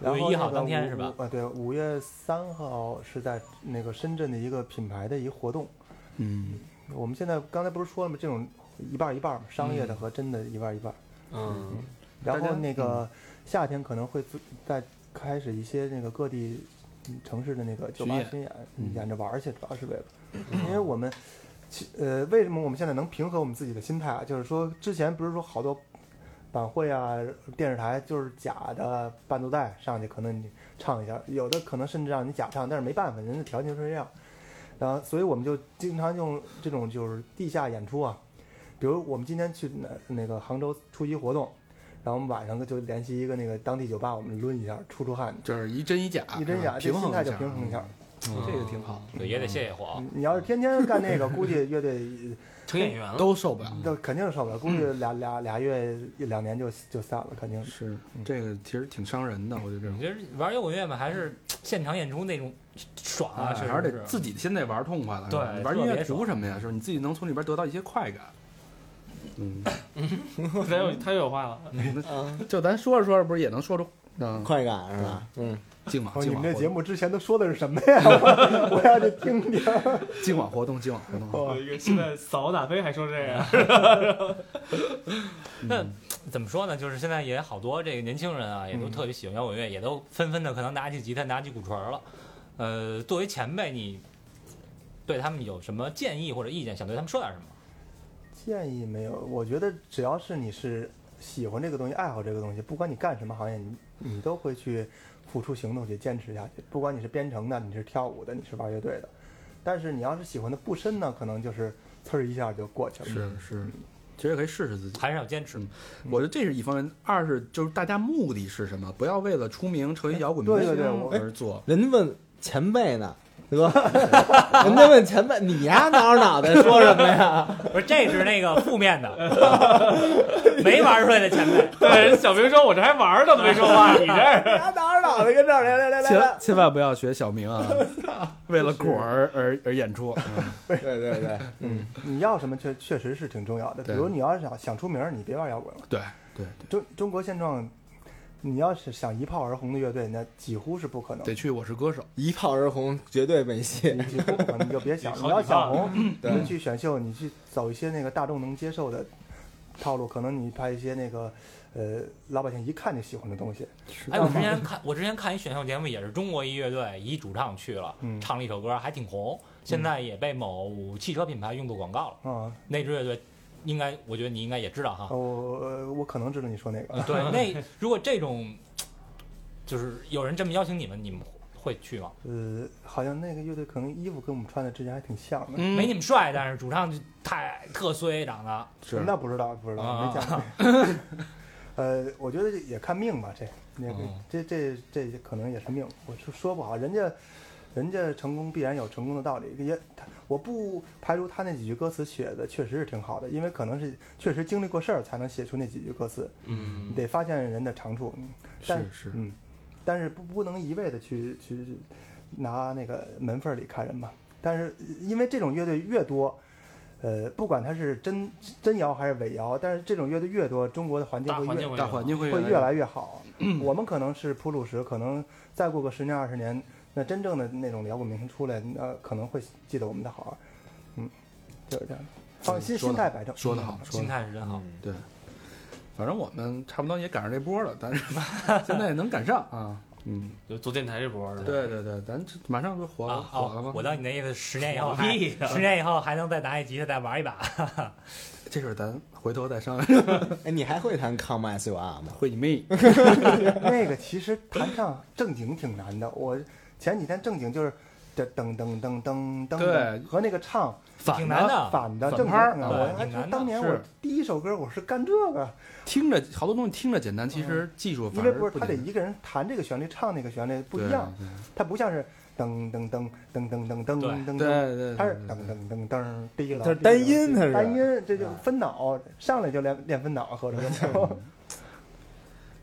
S6: 然后
S2: 5月1号
S6: 那个
S2: 当天
S6: 五
S2: 是吧
S6: 啊，对，五月三号是在那个深圳的一个品牌的一个活动。
S3: 嗯，
S6: 我们现在刚才不是说了吗？这种一半儿一半儿嘛，商业的
S2: 嗯
S6: 和真的一半儿一半儿。
S5: 嗯，
S6: 然
S3: 大
S6: 后
S3: 家
S6: 那个夏天可能会在开始一些那个各地嗯城市的那个酒
S3: 巡
S6: 吧
S3: 演嗯
S6: 巡演，嗯演着玩儿去，主要是为了，因为我们其呃，为什么我们现在能平和我们自己的心态啊？就是说，之前不是说好多晚会啊、电视台就是假的伴奏带上去，可能你唱一下，有的可能甚至让你假唱，但是没办法，人家条件是这样。然后，所以我们就经常用这种就是地下演出啊，比如我们今天去那那个杭州初一活动，然后我们晚上就联系一个那个当地酒吧，我们抡一下，出出汗，
S3: 啊就是一真一假，
S6: 一真
S3: 是吧
S6: 假，这
S3: 平衡
S6: 心态
S3: 一
S6: 就
S3: 下嗯哦
S6: 平衡一下。
S5: 嗯
S3: 这个挺好，
S5: 对也得泄泄
S2: 啊
S5: 火，
S6: 你要是 天天干那个，估计乐队
S5: 成演员了。
S3: 都受不了。
S6: 那肯定是受不了，估计
S3: 嗯
S6: 俩俩俩月一两年就就散了，肯定是。
S3: 是这个其实挺伤人的，我觉得这种
S2: 你。就是玩摇滚乐嘛，还是现场演出那种爽啊，
S3: 哎
S2: 确实
S3: 还是
S2: 是
S3: 得自己先得玩痛快了。是吧
S2: 对
S3: 玩音
S2: 特
S3: 乐
S2: 别
S3: 图
S2: 爽
S3: 什么呀？是吧你自己能从里边得到一些快感。嗯，
S5: 他有他有话了，
S3: 就咱说着说着，不是也能说出嗯
S4: 快感是吧？嗯，
S3: 今晚
S6: 哦，你
S3: 今晚
S6: 们这
S3: 活
S6: 节
S3: 动
S6: 目之前都说的是什么 呀？我我要去听听。
S3: 今晚活动今晚活动，啊
S5: 有一个现在扫打飞还说这样，
S2: 那怎么说呢？就是现在也好多这个年轻人啊，也都特别喜欢摇滚乐，也都纷纷的可能拿起吉他、拿起鼓槌儿了。呃，作为前辈，你对他们有什么建议或者意见？想对他们说点什么？
S6: 建议没有，我觉得只要是你是喜欢这个东西、爱好这个东西，不管你干什么行业，你你都会去付出行动去坚持下去。不管你是编程的，你是跳舞的，你是玩乐队的，但是你要是喜欢的不深呢，可能就是呲儿一下就过去了。
S3: 是是，其实也可以试试自己。
S2: 还是要坚持。
S3: 我觉得这是一方面，二是就是大家目的是什么？不要为了出名成为摇滚明
S6: 对对对
S3: 星
S6: 我
S3: 而做。
S4: 人家问前辈呢，对吧？ 人家问前辈，你呀挠挠脑袋说什么呀？
S2: 不是，这是那个负面的，没玩出来的前辈。
S5: 对，人小明说我这还玩呢，没说话， 你这
S4: 你呀挠挠脑袋跟这儿来来来来
S3: 千
S4: 来，
S3: 千万不要学小 明啊，为了果儿而而演出。
S4: 对对对，
S6: 嗯，你要什么确确实是挺重要的。比
S3: 对
S6: 如你要是想想出名儿，你别玩摇滚了。
S3: 对对对，
S6: 中中国现状，你要是想一炮而红的乐队，那几乎是不可能，
S3: 得去《我是歌手
S4: 一炮而红绝对没戏。
S6: 你几乎不可能，你就别想。
S5: 好
S6: 你要
S5: 几炮
S6: 想红，
S4: 对
S6: 你去选秀，你去走一些那个大众能接受的套路，可能你拍一些那个呃老百姓一看就喜欢的东西。
S2: 哎，我之前看，我之前看一选秀节目，也是中国一乐队一主唱去了，
S6: 嗯
S2: 唱了一首歌，还挺红，现在也被某汽车品牌用作广告了。
S6: 啊、呃
S2: 那支乐队应该，我觉得你应该也知道哈。
S6: 我我我可能知道你说那个，
S2: 对， 那如果这种就是有人这么邀请你们，你们会去吗？
S6: 呃，好像那个乐队可能衣服跟我们穿的之前还挺像的。》。
S3: 嗯
S2: 没你们帅，但是主唱就太特衰长得。
S3: 是
S6: 那不知道，不知道，
S2: 啊
S6: 没见过。 呃，我觉得也看命吧，这那个
S2: 嗯
S6: 这这这可能也是命，我说说不好，人家人家成功必然有成功的道理，也他我不排除他那几句歌词写的确实是挺好的，因为可能是确实经历过事儿才能写出那几句歌词，
S5: 嗯
S6: 你，得发现人的长处，嗯但
S3: 是是，
S6: 嗯，但是不不能一味的去去拿那个门缝儿里看人吧。但是因为这种乐队越多，呃，不管它是真真摇还是伪摇，但是这种乐队越多，中国的环境
S5: 大
S6: 会
S5: 环
S6: 越
S5: 境
S3: 大环境会
S6: 会越
S3: 来
S6: 来越好。我们可能是铺路石，可能再过个十年二十年，那真正的那种摇滚明星出来，那可能会记得我们的好。嗯，就是这样的。放心，
S3: 说得
S6: 心态
S3: 好
S6: 摆正。
S3: 说得好，嗯说
S2: 心
S3: 得好。
S2: 态是真好。
S3: 对，反正我们差不多也赶上这波了，但是 现在也能赶上啊。嗯，
S5: 就做电台这波儿的，
S3: 对对对，咱这马上就火了
S2: 啊
S3: 火了
S2: 哦
S3: 吗，？
S2: 我当你那意思，十年以后
S5: 我
S2: 还，
S5: 屁呀
S2: 十年以后还能再拿一吉他再玩一把。
S3: 这事儿咱回头再商量。
S4: 哎，你还会弹 Come As You Are 吗？
S3: 会你妹！
S6: 那个其实弹唱正经挺难的，我前几天正经就是这噔噔噔噔噔
S3: 对
S6: 噔，和那个唱
S3: 反
S2: 挺难
S3: 的，
S2: 的
S6: 反的
S3: 反
S6: 正经。
S3: 拍儿
S6: 嗯
S3: 啊
S6: 我还
S2: 挺
S6: 说
S2: 难的
S6: 当年我
S3: 是
S6: 第一首歌我是干这个，
S3: 听着好多东西听着简单，其实技术
S6: 嗯因
S3: 反
S6: 为
S3: 而
S6: 不是
S3: 简
S6: 他得
S3: 单
S6: 一个人弹这个旋律，唱那个旋律不一样，。它不像是噔噔噔噔噔噔噔
S3: 对
S6: 噔噔，
S3: 对对，
S6: 它是
S3: 对
S6: 噔
S3: 对
S6: 噔噔噔滴了。
S4: 它是单
S6: 滴了
S4: 音它是
S6: 单音，这就
S4: 啊
S6: 分脑，上来就练练分脑，合着 就。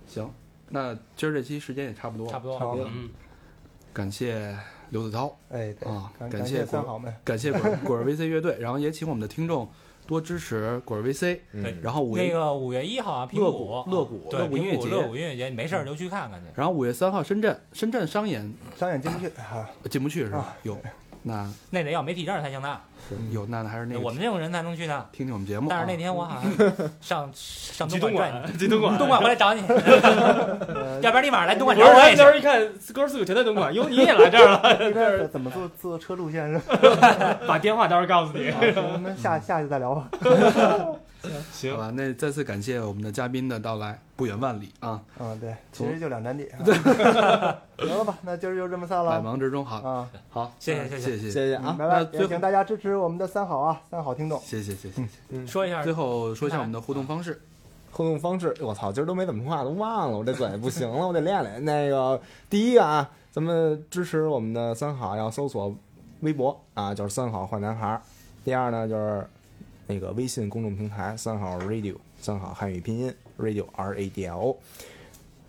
S3: 行，那今儿这期时间也差不多，
S2: 差不多
S6: 差
S4: 哦
S6: 不多
S5: 嗯，
S3: 感谢刘子涛，
S6: 哎，对
S3: 啊
S6: 感
S3: 感
S6: 感
S3: 谢
S6: 谢
S3: 鼓
S6: 三好们，
S3: 感谢果儿果儿 VC 乐队，然 后也请我们的听众多支持果儿 VC，
S4: 嗯
S2: 对
S3: 然后五
S2: 那
S3: 月，
S2: 个五月一号啊，平
S3: 乐
S2: 谷
S3: 谷乐谷乐
S2: 对
S3: 谷音
S2: 平
S3: 乐
S2: 谷乐
S3: 节嗯
S2: 谷音乐节，你没事儿就去看看去。
S3: 然后五月三号深圳，深圳商演
S6: 商演进不去啊。
S3: 进不去是吧？有，那
S2: 那得要媒体证才行的，
S3: 有那还是那个
S2: 我们这种人才能去呢。
S3: 听听我们节目啊。
S2: 但是那天我好
S3: 嗯
S2: 像上上
S5: 去
S2: 东
S5: 东
S2: 莞转，
S5: 莞，去东莞，
S2: 东莞回来找 你，
S6: 呃，
S2: 要不然立马来东
S5: 我
S2: 莞
S5: 是
S2: 找我
S5: 来
S2: 也行
S5: 到时。候一看，哥四个全在东莞，哟，你也来这儿了，
S6: 应该是怎么做坐车路线是吧？
S5: 把电话到时候告诉你。
S6: 啊那下下去再聊吧。
S3: 好
S5: 行，
S3: 吧，那再次感谢我们的嘉宾的到来，不远万里 啊，
S6: 嗯，对，其
S3: 从
S6: 实就两站地。啊 行了吧，那今儿就这么散
S3: 百
S6: 了
S3: 忙之中好，
S6: 啊。
S3: 好，
S2: 谢谢
S3: 谢
S2: 谢
S3: 谢
S4: 谢
S3: 谢
S4: 谢
S6: 嗯
S4: 啊，
S6: 拜拜，
S3: 那最后
S6: 也请大家支持我们的三好啊，三好听众。
S3: 谢谢谢谢。
S2: 说一下
S3: 最后说一下我们的互动方式，
S4: 互动方式，我操，今儿都没怎么说话，都忘了，我这嘴不行了，我得练练。那个第一个啊，咱们支持我们的三好，要搜索微博啊，就是三好坏男孩儿。第二呢，就是那个微信公众平台三好 radio，三好汉语拼音 radio r a d i o。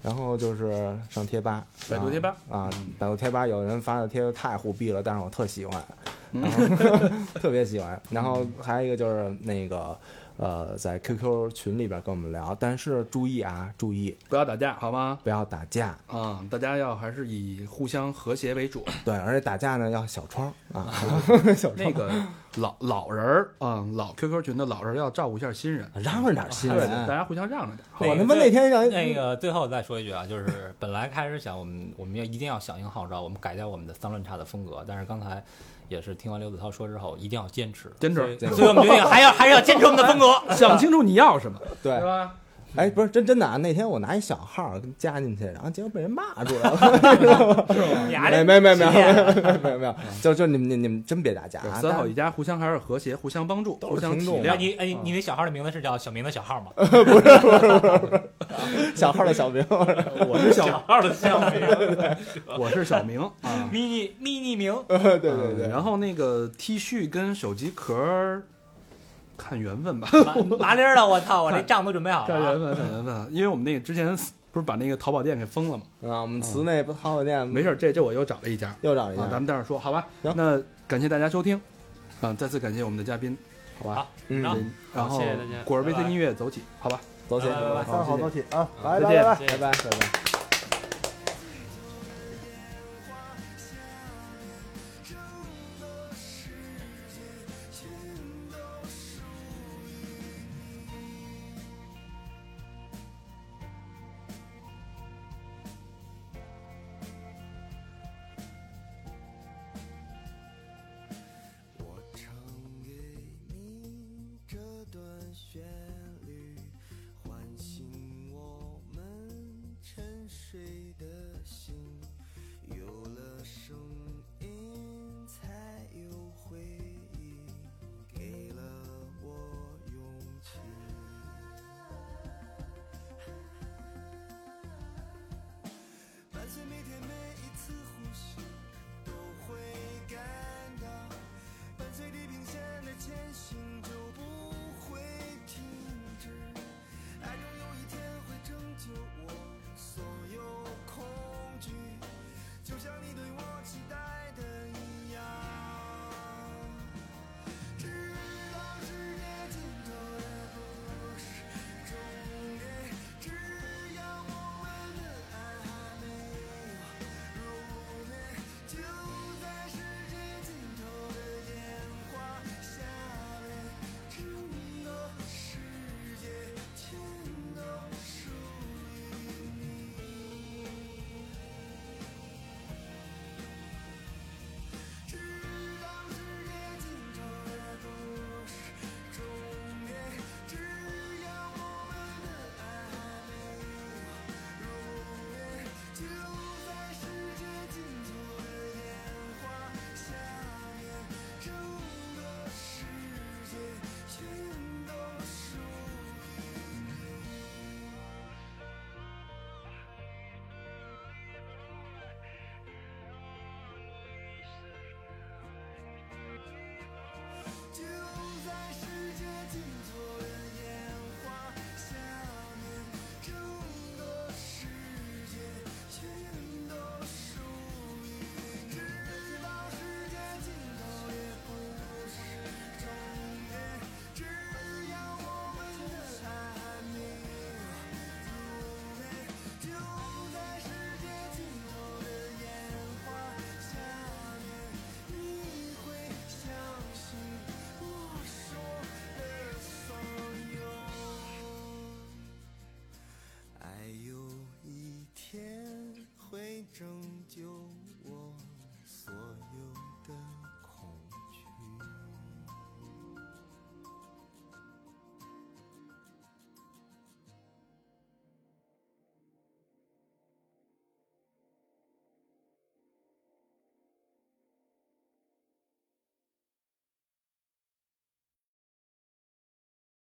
S4: 然后就是上贴吧，
S3: 百度贴吧
S4: 啊，百度贴吧有人发的贴太虎逼了，但是我特喜欢，
S3: 嗯
S4: 然后 特别喜欢。然后还有一个就是那个呃，在 QQ 群里边跟我们聊，但是注意啊，注意
S3: 不要打架好吗？
S4: 不要打架，
S3: 啊，大家要还是以互相和谐为主。
S4: 对，而且打架呢要小窗啊，小窗
S3: 那个老老人儿啊，老 QQ 群的老人儿要照顾一下新人，哎
S4: 嚷嚷点新
S3: 对，大
S4: 人。
S3: 家互相让着点。好吧
S4: 我他妈那天让嗯
S2: 那个最后再说一句啊，就是本来开始想我们 我们要一定要响应号召，我们改掉我们的脏乱差的风格，但是刚才也是听完刘子涛说之后，一定要坚持，
S3: 坚持
S2: 所以
S4: 坚持
S2: 所以我们决定还 要还是要坚持我们的风格。
S3: 想清楚你要什么，
S4: 对
S3: 是，吧？
S4: 哎，不是真真的啊，那天我拿一小号加进去，然后结果被人骂出来了。
S2: 你还
S4: 没
S2: 得
S4: 没没没有没有没有没有，就就你们你你们真别打架啊！
S3: 三好
S4: 大
S3: 一
S4: 家
S3: 家，互相还是和谐，互相帮助，
S4: 都是
S3: 互相体
S4: 听众
S2: 哎
S3: 谅。
S2: 你哎你你那小号的名字是叫小明的小号吗？
S3: 嗯
S4: 小号的 小兵，
S3: 啊我是小，
S5: 号的项 目，
S3: 我是小明 啊。
S2: 迷你迷你 名，
S4: 对对
S3: 嗯
S4: 对，
S3: 然后那个 T 恤跟手机壳儿，看缘分吧，
S2: 麻麻利儿了，我操，我这账都准备好
S3: 看
S2: 了啊
S3: 缘。分，看缘分啊。因为我们那个之前不是把那个淘宝店给封了吗？
S4: 啊，我们祠内淘宝店
S3: 嗯没事儿，这这我又找了一家啊，
S4: 又找
S5: 哎
S4: 一
S3: 咱
S4: 下，
S3: 们待会儿说，好吧？
S4: 行
S3: 那感谢大家收听，啊，再次感谢我们的嘉宾，好吧？
S2: 好
S3: 啊
S4: 嗯
S2: 然后
S3: 然后
S5: 好谢谢大家
S3: 果儿杯
S5: 拜
S3: 的
S5: 拜
S3: 音乐走起，好吧？
S4: 走起，
S2: 拜拜拜拜
S6: 三好多起啊，
S3: 再
S6: 拜拜
S3: 见
S6: 拜拜。
S4: 拜拜拜拜。